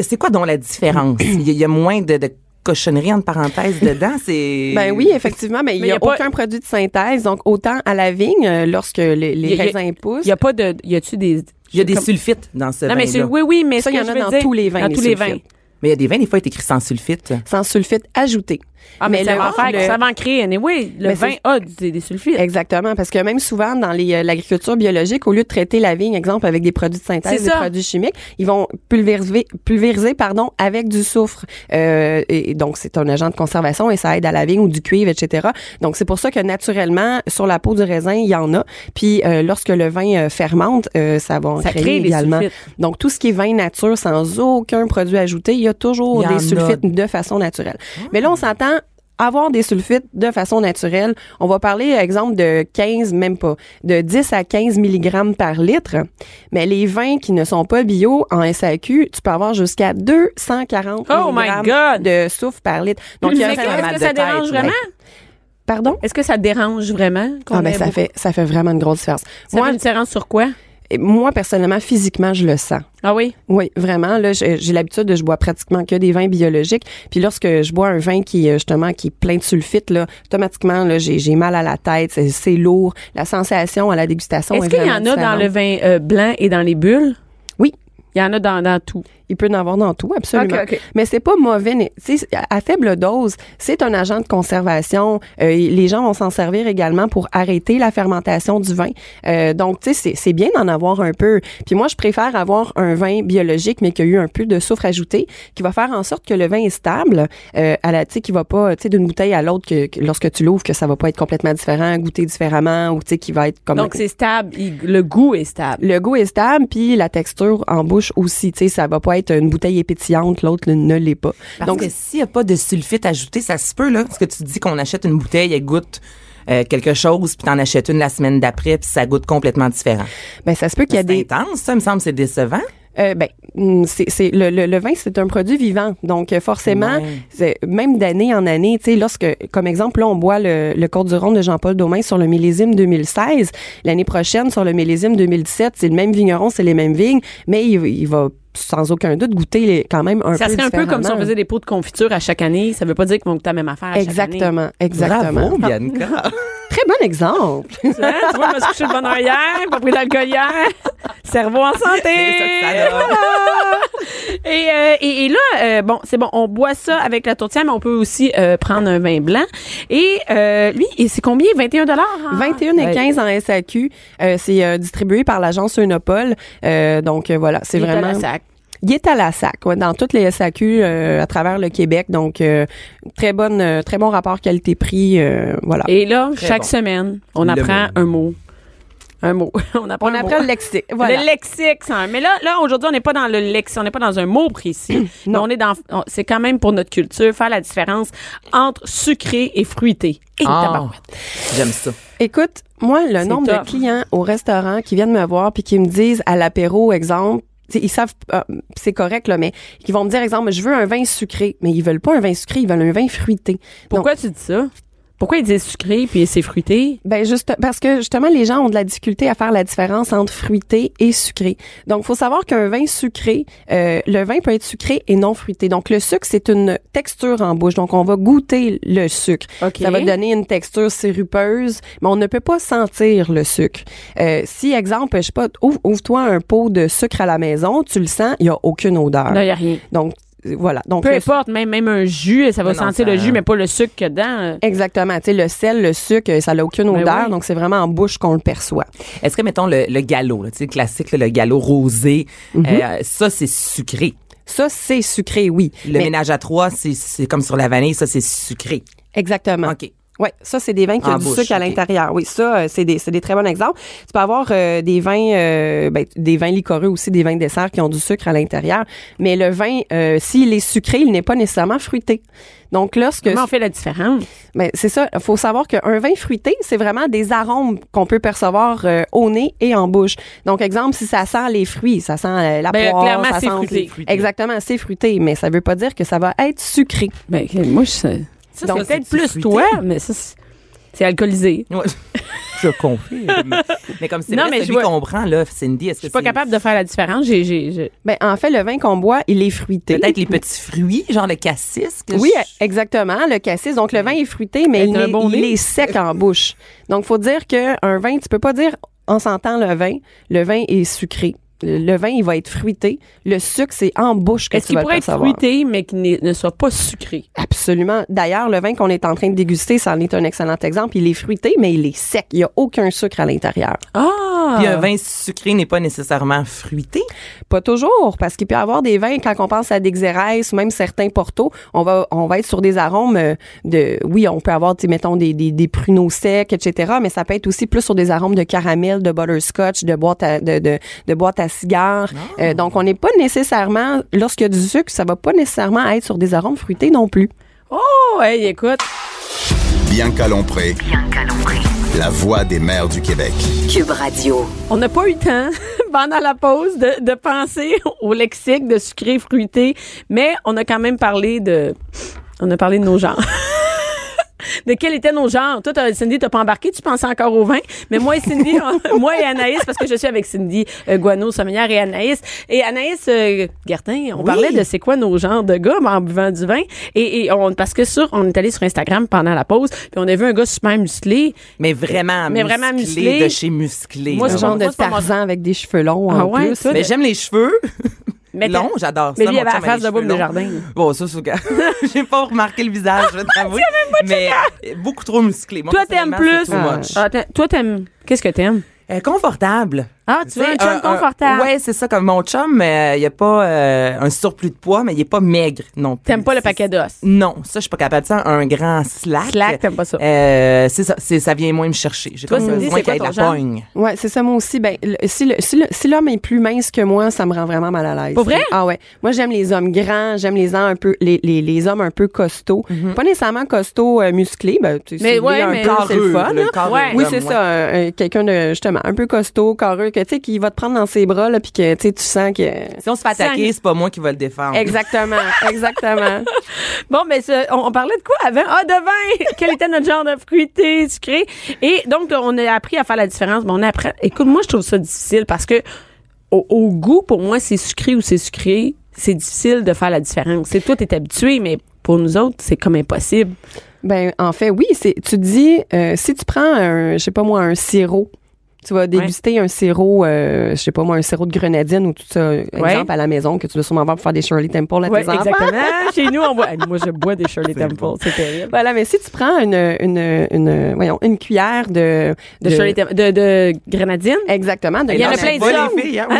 [SPEAKER 4] C'est quoi donc la différence? Il y, a- il y a moins de, de cochonneries entre parenthèses dedans. C'est
[SPEAKER 5] <laughs> Ben oui, effectivement, mais il
[SPEAKER 3] Mais
[SPEAKER 5] n'y
[SPEAKER 3] y
[SPEAKER 5] a,
[SPEAKER 3] a pas-
[SPEAKER 5] aucun produit de synthèse. Donc, autant à la vigne, euh, lorsque les, les
[SPEAKER 3] Y a- y a-
[SPEAKER 5] raisins poussent.
[SPEAKER 3] Y a pas de. Y a-tu des.
[SPEAKER 4] Il y a des
[SPEAKER 3] comme-
[SPEAKER 4] sulfites dans ce
[SPEAKER 3] Non, mais c'est.
[SPEAKER 4] vin-là.
[SPEAKER 3] Oui, oui, mais
[SPEAKER 5] Ça,
[SPEAKER 3] ce
[SPEAKER 5] y
[SPEAKER 3] que
[SPEAKER 5] en a
[SPEAKER 3] je veux
[SPEAKER 5] dans
[SPEAKER 3] dire-
[SPEAKER 5] tous les vins,
[SPEAKER 3] Dans
[SPEAKER 5] les
[SPEAKER 3] tous les vins.
[SPEAKER 5] sulfites.
[SPEAKER 4] Mais il y a des vins, des fois, il est écrit sans sulfite.
[SPEAKER 5] sans sulfite ajouté.
[SPEAKER 3] Ah, mais, ça,
[SPEAKER 5] le-
[SPEAKER 3] va en faire,
[SPEAKER 5] le-
[SPEAKER 3] ça va en créer. Anyway, le
[SPEAKER 5] Mais
[SPEAKER 3] vin
[SPEAKER 5] c'est-
[SPEAKER 3] a des, des sulfites.
[SPEAKER 5] Exactement, parce que même souvent dans les, euh, l'agriculture biologique, au lieu de traiter la vigne, exemple avec des produits de synthèse,
[SPEAKER 3] C'est
[SPEAKER 5] des
[SPEAKER 3] ça.
[SPEAKER 5] produits chimiques, ils vont pulvériser, pulvériser pardon, avec du soufre. Euh, et et donc c'est un agent de conservation et ça aide à la vigne ou du cuivre, etc. Donc c'est pour ça que naturellement sur la peau du raisin il y en a. Puis euh, lorsque le vin euh, fermente, euh, ça va en
[SPEAKER 3] Ça
[SPEAKER 5] créer
[SPEAKER 3] crée des
[SPEAKER 5] également.
[SPEAKER 3] sulfites.
[SPEAKER 5] Donc tout ce qui est vin nature sans aucun produit ajouté, il y a toujours
[SPEAKER 4] Il y en
[SPEAKER 5] des
[SPEAKER 4] a.
[SPEAKER 5] sulfites de façon naturelle.
[SPEAKER 3] Ah.
[SPEAKER 5] Mais là on s'entend avoir des sulfites de façon naturelle, on va parler, exemple, de 15, même pas, de 10 à 15 mg par litre. Mais les vins qui ne sont pas bio en SAQ, tu peux avoir jusqu'à 240
[SPEAKER 3] Oh my
[SPEAKER 5] milligrammes
[SPEAKER 3] God!
[SPEAKER 5] de soufre par litre. Donc, il y a
[SPEAKER 3] Mais
[SPEAKER 5] vraiment
[SPEAKER 3] est-ce
[SPEAKER 5] mal
[SPEAKER 3] que
[SPEAKER 5] de
[SPEAKER 3] ça
[SPEAKER 5] tête,
[SPEAKER 3] dérange
[SPEAKER 5] là.
[SPEAKER 3] vraiment?
[SPEAKER 5] Pardon?
[SPEAKER 3] Est-ce que ça dérange vraiment? qu'on
[SPEAKER 5] Ah, ben,
[SPEAKER 3] ait
[SPEAKER 5] ça
[SPEAKER 3] beaucoup-
[SPEAKER 5] fait, ça fait vraiment une grosse différence.
[SPEAKER 3] Ça fait
[SPEAKER 5] moi,
[SPEAKER 3] une différence sur quoi?
[SPEAKER 5] moi, personnellement, physiquement, je le sens.
[SPEAKER 3] Ah oui?
[SPEAKER 5] Oui, vraiment. Là, j'ai j'ai l'habitude de je bois pratiquement que des vins biologiques. Puis lorsque je bois un vin qui euh, justement qui est plein de sulfite, là, automatiquement, là, j'ai j'ai mal à la tête, c'est- c'est lourd. La sensation à la dégustation.
[SPEAKER 3] Est-ce
[SPEAKER 5] est
[SPEAKER 3] qu'il y en a
[SPEAKER 5] vraiment
[SPEAKER 3] dans le
[SPEAKER 5] différente.
[SPEAKER 3] vin euh, blanc et dans les bulles?
[SPEAKER 5] Oui.
[SPEAKER 3] Il y en a dans, dans tout.
[SPEAKER 5] Il peut en avoir dans tout, absolument.
[SPEAKER 3] Ok, ok.
[SPEAKER 5] Mais c'est pas mauvais. né- tu sais, À à faible dose, c'est un agent de conservation. Euh, les gens vont s'en servir également pour arrêter la fermentation du vin. Euh, donc, tu sais, c'est- c'est bien d'en avoir un peu. Puis moi, je préfère avoir un vin biologique, mais qui a eu un peu de soufre ajouté, qui va faire en sorte que le vin est stable, euh, à la, tu sais, qui va pas, tu sais, d'une bouteille à l'autre, que, que lorsque tu l'ouvres, que ça va pas être complètement différent, goûter différemment, ou tu sais, qui va être comme
[SPEAKER 3] Donc, c'est stable. Il- le goût est stable.
[SPEAKER 5] le goût est stable, puis la texture en bouche aussi. Tu sais, ça va pas être une bouteille épétillante, l'autre le- ne l'est pas.
[SPEAKER 4] Parce
[SPEAKER 5] Donc,
[SPEAKER 4] que s'il n'y a pas de sulfite ajouté, ça se peut, là. Parce que tu dis qu'on achète une bouteille, elle goûte euh, quelque chose, puis t'en achètes une la semaine d'après, puis ça goûte complètement différent.
[SPEAKER 5] ben, ça se peut qu'il y a
[SPEAKER 4] C'est
[SPEAKER 5] des.
[SPEAKER 4] intense, ça, il me semble, c'est décevant.
[SPEAKER 5] euh, ben, hum, c'est, c'est- le, le- le vin, c'est un produit vivant. Donc, euh, forcément,
[SPEAKER 4] Ouais.
[SPEAKER 5] c'est- même d'année en année, tu sais, lorsque, comme exemple, là, on boit le, le Côte du Rhône de Jean-Paul Domain sur le millésime 2016. L'année prochaine, sur le millésime 2017, c'est le même vigneron, c'est les mêmes vignes, mais il, il va sans aucun doute goûter les- quand même un
[SPEAKER 3] ça
[SPEAKER 5] peu
[SPEAKER 3] serait un peu comme si on
[SPEAKER 5] différemment.
[SPEAKER 3] faisait des pots de confiture à chaque année. Ça veut pas dire qu'ils vont goûter la même affaire à chaque année.
[SPEAKER 5] Exactement, exactement.
[SPEAKER 4] Bravo, Bianca.
[SPEAKER 5] Très bon exemple.
[SPEAKER 3] Hein? Exactement. Tu vois, je me suis couché de bonne heure hier, pas pris d'alcool hier. Cerveau en santé!
[SPEAKER 4] C'est ça que ça donne.
[SPEAKER 3] <laughs> et, euh, et, et là, euh, bon, c'est bon, on boit ça avec la tourtière, mais on peut aussi euh, prendre un vin blanc. Et euh, lui, et c'est combien? 21 dollars? Ah.
[SPEAKER 5] 21 et 15 en SAQ. Euh, c'est euh, distribué par l'agence Unopol. Euh, donc euh, voilà, c'est vraiment.
[SPEAKER 3] sac.
[SPEAKER 5] Il est à la sac, ouais, dans toutes les SAQ euh, à travers le Québec. Donc euh, très bonne, euh, très bon rapport qualité-prix. euh, voilà.
[SPEAKER 3] Et là, chaque
[SPEAKER 4] Ah. bon.
[SPEAKER 3] semaine, on
[SPEAKER 4] Le
[SPEAKER 3] apprend
[SPEAKER 4] mot.
[SPEAKER 3] un mot. Un mot. <laughs> on apprend un
[SPEAKER 5] on apprend
[SPEAKER 3] mot.
[SPEAKER 5] le lexique. Voilà.
[SPEAKER 3] Le lexique, ça. Mais là, là aujourd'hui, on n'est pas dans le lexique, on n'est pas dans un mot précis. mais
[SPEAKER 5] Non.
[SPEAKER 3] on est dans, on- c'est quand même pour notre culture faire la différence entre sucré et fruité. Et
[SPEAKER 4] Ah.
[SPEAKER 3] tabarouette.
[SPEAKER 4] J'aime ça.
[SPEAKER 5] Écoute, moi, le nombre
[SPEAKER 3] tough.
[SPEAKER 5] de clients au restaurant qui viennent me voir puis qui me disent à l'apéro, exemple, t'sais, ils savent, ah, c'est correct, là, mais qui vont me dire, exemple, je veux un vin sucré, mais ils veulent pas un vin sucré, ils veulent un vin fruité. Donc,
[SPEAKER 3] Pourquoi tu dis ça? Pourquoi ils disent sucré puis c'est fruité?
[SPEAKER 5] Ben juste parce que justement les gens ont de la difficulté à faire la différence entre fruité et sucré. Donc faut savoir qu'un vin sucré, euh, le vin peut être sucré et non fruité. Donc le sucre c'est une texture en bouche. Donc on va goûter le sucre.
[SPEAKER 3] OK.
[SPEAKER 5] Ça va donner une texture sirupeuse, mais on ne peut pas sentir le sucre. Euh, si exemple, je sais pas, ouvre- ouvre-toi un pot de sucre à la maison, tu le sens, il y a aucune odeur.
[SPEAKER 3] Là, il n'y Ben, a rien.
[SPEAKER 5] Donc euh, voilà. Donc
[SPEAKER 3] Peu
[SPEAKER 5] le
[SPEAKER 3] importe, même, même un jus, ça va
[SPEAKER 4] Non, non,
[SPEAKER 3] sentir
[SPEAKER 4] ça-
[SPEAKER 3] le jus, mais pas le sucre qu'il y a dedans.
[SPEAKER 5] Exactement, tu sais le sel, le sucre, ça n'a aucune
[SPEAKER 3] Ben
[SPEAKER 5] odeur,
[SPEAKER 3] oui.
[SPEAKER 5] donc c'est vraiment en bouche qu'on le perçoit.
[SPEAKER 4] Est-ce que, mettons, le, le galop, là, tu sais, le classique, là, le galop rosé,
[SPEAKER 3] Mhm.
[SPEAKER 4] euh, ça, c'est sucré.
[SPEAKER 5] Ça, c'est sucré, oui.
[SPEAKER 4] Le
[SPEAKER 5] Mais-
[SPEAKER 4] ménage à trois, c'est- c'est comme sur la vanille, ça, c'est sucré.
[SPEAKER 5] Exactement.
[SPEAKER 4] OK.
[SPEAKER 5] Oui, ça, c'est des vins qui ont
[SPEAKER 4] En
[SPEAKER 5] du
[SPEAKER 4] bouche,
[SPEAKER 5] sucre à
[SPEAKER 4] ok.
[SPEAKER 5] l'intérieur. Oui, ça, euh, c'est des, c'est des très bons exemples. Tu peux avoir euh, des vins euh, ben, des vins liquoreux aussi, des vins de dessert qui ont du sucre à l'intérieur. Mais le vin, euh, s'il est sucré, il n'est pas nécessairement fruité. Donc, lorsque...
[SPEAKER 3] Comment on fait la différence?
[SPEAKER 5] Ben, c'est ça, faut savoir qu'un vin fruité, c'est vraiment des arômes qu'on peut percevoir euh, au nez et en bouche. Donc, exemple, si ça sent les fruits, ça sent euh, la
[SPEAKER 3] Ben,
[SPEAKER 5] poire,
[SPEAKER 3] clairement,
[SPEAKER 5] ça
[SPEAKER 3] c'est
[SPEAKER 5] sent-
[SPEAKER 3] fruité.
[SPEAKER 5] Exactement, c'est fruité, mais ça veut pas dire que ça va être sucré.
[SPEAKER 3] Ben, moi, je sais. Ça,
[SPEAKER 5] Donc,
[SPEAKER 3] c'est peut-être
[SPEAKER 4] c'est
[SPEAKER 3] plus
[SPEAKER 4] fruité.
[SPEAKER 3] toi, mais ça, c'est- c'est alcoolisé.
[SPEAKER 4] Ouais. <laughs> je confirme. mais comme c'est
[SPEAKER 3] Non,
[SPEAKER 4] vrai,
[SPEAKER 3] mais
[SPEAKER 4] celui
[SPEAKER 3] je vois-
[SPEAKER 4] qu'on prend, là, Cindy, est-ce que
[SPEAKER 3] Je suis pas
[SPEAKER 4] c'est
[SPEAKER 3] capable de faire la différence. J'ai, j'ai, j'ai-
[SPEAKER 5] Ben, en fait, le vin qu'on boit, il est fruité.
[SPEAKER 4] Peut-être les petits fruits, genre le cassis. que
[SPEAKER 5] Oui,
[SPEAKER 4] je-
[SPEAKER 5] exactement, le cassis. Donc, le vin est fruité, mais
[SPEAKER 3] Elle
[SPEAKER 5] il,
[SPEAKER 3] a un
[SPEAKER 5] est,
[SPEAKER 3] bon
[SPEAKER 5] il
[SPEAKER 3] nez.
[SPEAKER 5] est sec en bouche. Donc, faut dire qu'un vin, tu peux pas dire, en sentant le vin, le vin est sucré. Le le vin, il va être fruité. Le sucre, c'est en bouche que
[SPEAKER 3] Est-ce
[SPEAKER 5] tu
[SPEAKER 3] qu'il
[SPEAKER 5] vas le
[SPEAKER 3] pourrait être
[SPEAKER 5] percevoir.
[SPEAKER 3] fruité, mais qu'il n'est- ne soit pas sucré?
[SPEAKER 5] Absolument. D'ailleurs, le vin qu'on est en train de déguster, ça en est un excellent exemple. Il est fruité, mais il est sec. Il y a aucun sucre à l'intérieur.
[SPEAKER 3] Ah!
[SPEAKER 4] Puis un vin sucré n'est pas nécessairement fruité.
[SPEAKER 5] Pas toujours, parce qu'il peut y avoir des vins, quand on pense à des Xérès ou même certains portos, on va, on va être sur des arômes euh, de, oui, on peut avoir, tu sais, mettons, des, des, des pruneaux secs, etc., mais ça peut être aussi plus sur des arômes de caramel, de butterscotch, de boîte à, de, de, de boîte à cigares. Euh, donc, on n'est pas nécessairement, lorsqu'il y a du sucre, ça va pas nécessairement être sur des arômes fruités non plus.
[SPEAKER 3] Oh, hey, écoute,
[SPEAKER 2] Bianca Lompré,
[SPEAKER 1] Bianca Lompré.
[SPEAKER 2] la voix des mères du Québec.
[SPEAKER 1] Cube Radio.
[SPEAKER 3] on n'a pas eu le temps, <laughs> pendant la pause, de, de penser <laughs> au lexique de sucré, fruité, mais on a quand même parlé de... On a parlé de nos genres. <laughs> De quels étaient nos genres? Toi, t'as- Cindy, t'as pas embarqué, tu pensais encore au vin. Mais moi et Cindy, on- moi et Anaïs, parce que je suis avec Cindy euh, Guano, Sommière et Anaïs. Et Anaïs euh, Gertin, on parlait de c'est quoi nos genres de gars mais en buvant du vin. Et, et on, parce que sur, on est allé sur Instagram pendant la pause, puis on a vu un gars super musclé.
[SPEAKER 4] Mais vraiment
[SPEAKER 3] Mais
[SPEAKER 4] musclé.
[SPEAKER 3] vraiment musclé.
[SPEAKER 4] De chez musclé.
[SPEAKER 3] Moi,
[SPEAKER 4] là.
[SPEAKER 5] Un
[SPEAKER 3] c'est
[SPEAKER 5] genre de
[SPEAKER 3] moi, c'est pas mon-
[SPEAKER 5] Tarzan avec des cheveux longs
[SPEAKER 3] Ah
[SPEAKER 5] en
[SPEAKER 3] ouais,
[SPEAKER 5] plus.
[SPEAKER 3] toi,
[SPEAKER 4] Mais j'aime les cheveux.
[SPEAKER 3] Mais t'as-
[SPEAKER 4] longs, j'adore
[SPEAKER 3] mais
[SPEAKER 4] ça.
[SPEAKER 3] lui, il
[SPEAKER 4] mon
[SPEAKER 3] avait
[SPEAKER 4] chum
[SPEAKER 3] la face
[SPEAKER 4] les
[SPEAKER 3] de Bob
[SPEAKER 4] cheveux longs.
[SPEAKER 3] Desjardins.
[SPEAKER 4] Bon, ça, <laughs> c'est J'ai pas remarqué le visage,
[SPEAKER 3] <laughs>
[SPEAKER 4] je vais t'avouer. mais euh, beaucoup trop musclé. Moi,
[SPEAKER 3] Toi, t'aimes
[SPEAKER 4] personnellement,
[SPEAKER 3] plus.
[SPEAKER 4] c'est too much.
[SPEAKER 3] Ah, t'aimes- toi, t'aimes. Qu'est-ce que t'aimes?
[SPEAKER 4] Euh, confortable.
[SPEAKER 3] Ah, tu veux un
[SPEAKER 4] sais,
[SPEAKER 3] chum
[SPEAKER 4] euh,
[SPEAKER 3] confortable.
[SPEAKER 4] ouais, c'est ça. Comme mon chum, euh, il a pas euh, un surplus de poids, mais il est pas maigre non plus.
[SPEAKER 3] T'aimes pas le
[SPEAKER 4] C'est-
[SPEAKER 3] paquet d'os.
[SPEAKER 4] Non, ça, je suis pas capable de ça. Un grand slack.
[SPEAKER 3] Slack, t'aimes pas ça.
[SPEAKER 4] Euh, c'est ça. c'est- ça vient moins me chercher. J'ai
[SPEAKER 3] Toi,
[SPEAKER 4] comme
[SPEAKER 3] Cindy,
[SPEAKER 4] besoin
[SPEAKER 3] c'est
[SPEAKER 4] qu'il y ait de
[SPEAKER 3] quoi
[SPEAKER 4] la
[SPEAKER 3] ton genre?
[SPEAKER 4] pogne.
[SPEAKER 5] Ouais, c'est ça moi aussi. Ben le- si le, si le- si l'homme est plus mince que moi, ça me rend vraiment mal à l'aise.
[SPEAKER 3] Pour vrai?
[SPEAKER 5] Ah ouais. Moi j'aime les hommes grands, j'aime les hommes un peu les, les, les hommes un peu costauds, pas nécessairement costauds euh, musclés, ben tu
[SPEAKER 3] Mhm.
[SPEAKER 5] sais
[SPEAKER 3] Mais
[SPEAKER 5] s'il est
[SPEAKER 3] ouais,
[SPEAKER 5] un
[SPEAKER 3] mais-
[SPEAKER 5] peu, c'est le
[SPEAKER 4] Carreux,
[SPEAKER 5] fun.
[SPEAKER 4] le
[SPEAKER 5] là.
[SPEAKER 4] carreux
[SPEAKER 3] Ouais.
[SPEAKER 5] Oui,
[SPEAKER 4] d'homme,
[SPEAKER 5] c'est
[SPEAKER 4] ouais.
[SPEAKER 5] ça, un- un- quelqu'un de justement un peu costaud, carreux que tu sais qui va te prendre dans ses bras là puis que tu sais tu sens que
[SPEAKER 4] Si on se fait attaquer, c'est pas moi qui va le défendre.
[SPEAKER 5] Exactement, <laughs> exactement.
[SPEAKER 3] Bon, mais ce- on, on parlait de quoi avant? Ah, de vin! <laughs> Quel était notre genre de fruité, sucré? Et donc, on a appris à faire la différence. Mais on apprend. Écoute, moi, je trouve ça difficile parce que au, au goût, pour moi, c'est sucré ou c'est sucré. C'est difficile de faire la différence. C'est toi, t'es habitué, mais pour nous autres, c'est comme impossible.
[SPEAKER 5] Ben en fait oui, c'est tu dis euh, si tu prends un je sais pas moi un sirop Tu vas déguster un sirop, euh, je sais pas moi, un sirop de grenadine ou tout ça, exemple à la maison, que tu dois sûrement avoir pour faire des Shirley Temple à
[SPEAKER 3] Ouais,
[SPEAKER 5] tes enfants.
[SPEAKER 3] <laughs> exactement. Chez nous, on boit. Hey, Moi, je bois des Shirley Temple. C'est terrible.
[SPEAKER 5] Voilà, mais si tu prends une, une, une, voyons, une cuillère de...
[SPEAKER 3] De Shirley Temple. De, de grenadine. Ah,
[SPEAKER 5] Exactement. De
[SPEAKER 3] Il y en a
[SPEAKER 5] grenadine.
[SPEAKER 3] plein de
[SPEAKER 4] va,
[SPEAKER 3] sortes.
[SPEAKER 4] les filles, hein, oui.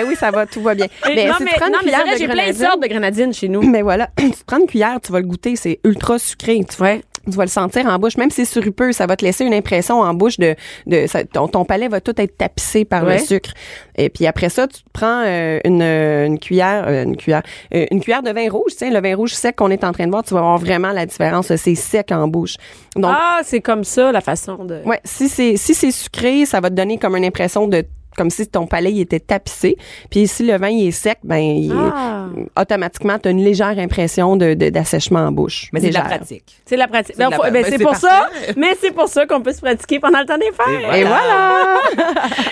[SPEAKER 5] Eh oui, ça va, tout va bien.
[SPEAKER 3] Et-
[SPEAKER 5] mais
[SPEAKER 3] non,
[SPEAKER 5] Ben, si
[SPEAKER 3] mais,
[SPEAKER 5] tu prends une
[SPEAKER 3] non, mais c'est
[SPEAKER 5] cuillère
[SPEAKER 3] vrai,
[SPEAKER 5] de
[SPEAKER 3] j'ai plein de
[SPEAKER 5] grenadine,
[SPEAKER 3] sortes de grenadine chez
[SPEAKER 5] <laughs>
[SPEAKER 3] nous.
[SPEAKER 5] <coughs> mais voilà, tu te prends une cuillère, tu vas le goûter, c'est ultra sucré. Tu,
[SPEAKER 3] Ouais.
[SPEAKER 5] tu vas le sentir en bouche, même si c'est surupeux, ça va te laisser une impression en bouche de, de ça- ton, ton palais va tout être tapissé par
[SPEAKER 3] Ouais.
[SPEAKER 5] le sucre. Et puis après ça, tu te prends euh, une, euh, une cuillère, euh, une cuillère, euh, une cuillère de vin rouge, tu sais, le vin rouge sec qu'on est en train de voir, tu vas voir vraiment la différence. C'est sec en bouche. Donc
[SPEAKER 3] ah, c'est comme ça, la façon de.
[SPEAKER 5] Ouais, si c'est si c'est sucré, ça va te donner comme une impression de comme si ton palais il était tapissé. Puis si le vin il est sec, ben il est-
[SPEAKER 3] Ah.
[SPEAKER 5] automatiquement tu as une légère impression de de- d'assèchement en bouche.
[SPEAKER 4] Mais c'est de la
[SPEAKER 5] Légère.
[SPEAKER 4] pratique.
[SPEAKER 3] C'est la pratique.
[SPEAKER 4] C'est de
[SPEAKER 3] Ben,
[SPEAKER 4] la
[SPEAKER 3] faut-
[SPEAKER 4] pra-
[SPEAKER 3] ben,
[SPEAKER 4] ben,
[SPEAKER 3] c'est
[SPEAKER 4] c'est
[SPEAKER 3] pour ça,
[SPEAKER 4] parfait.
[SPEAKER 3] mais c'est pour ça qu'on peut se pratiquer pendant le temps des fêtes.
[SPEAKER 4] Et
[SPEAKER 5] Et voilà,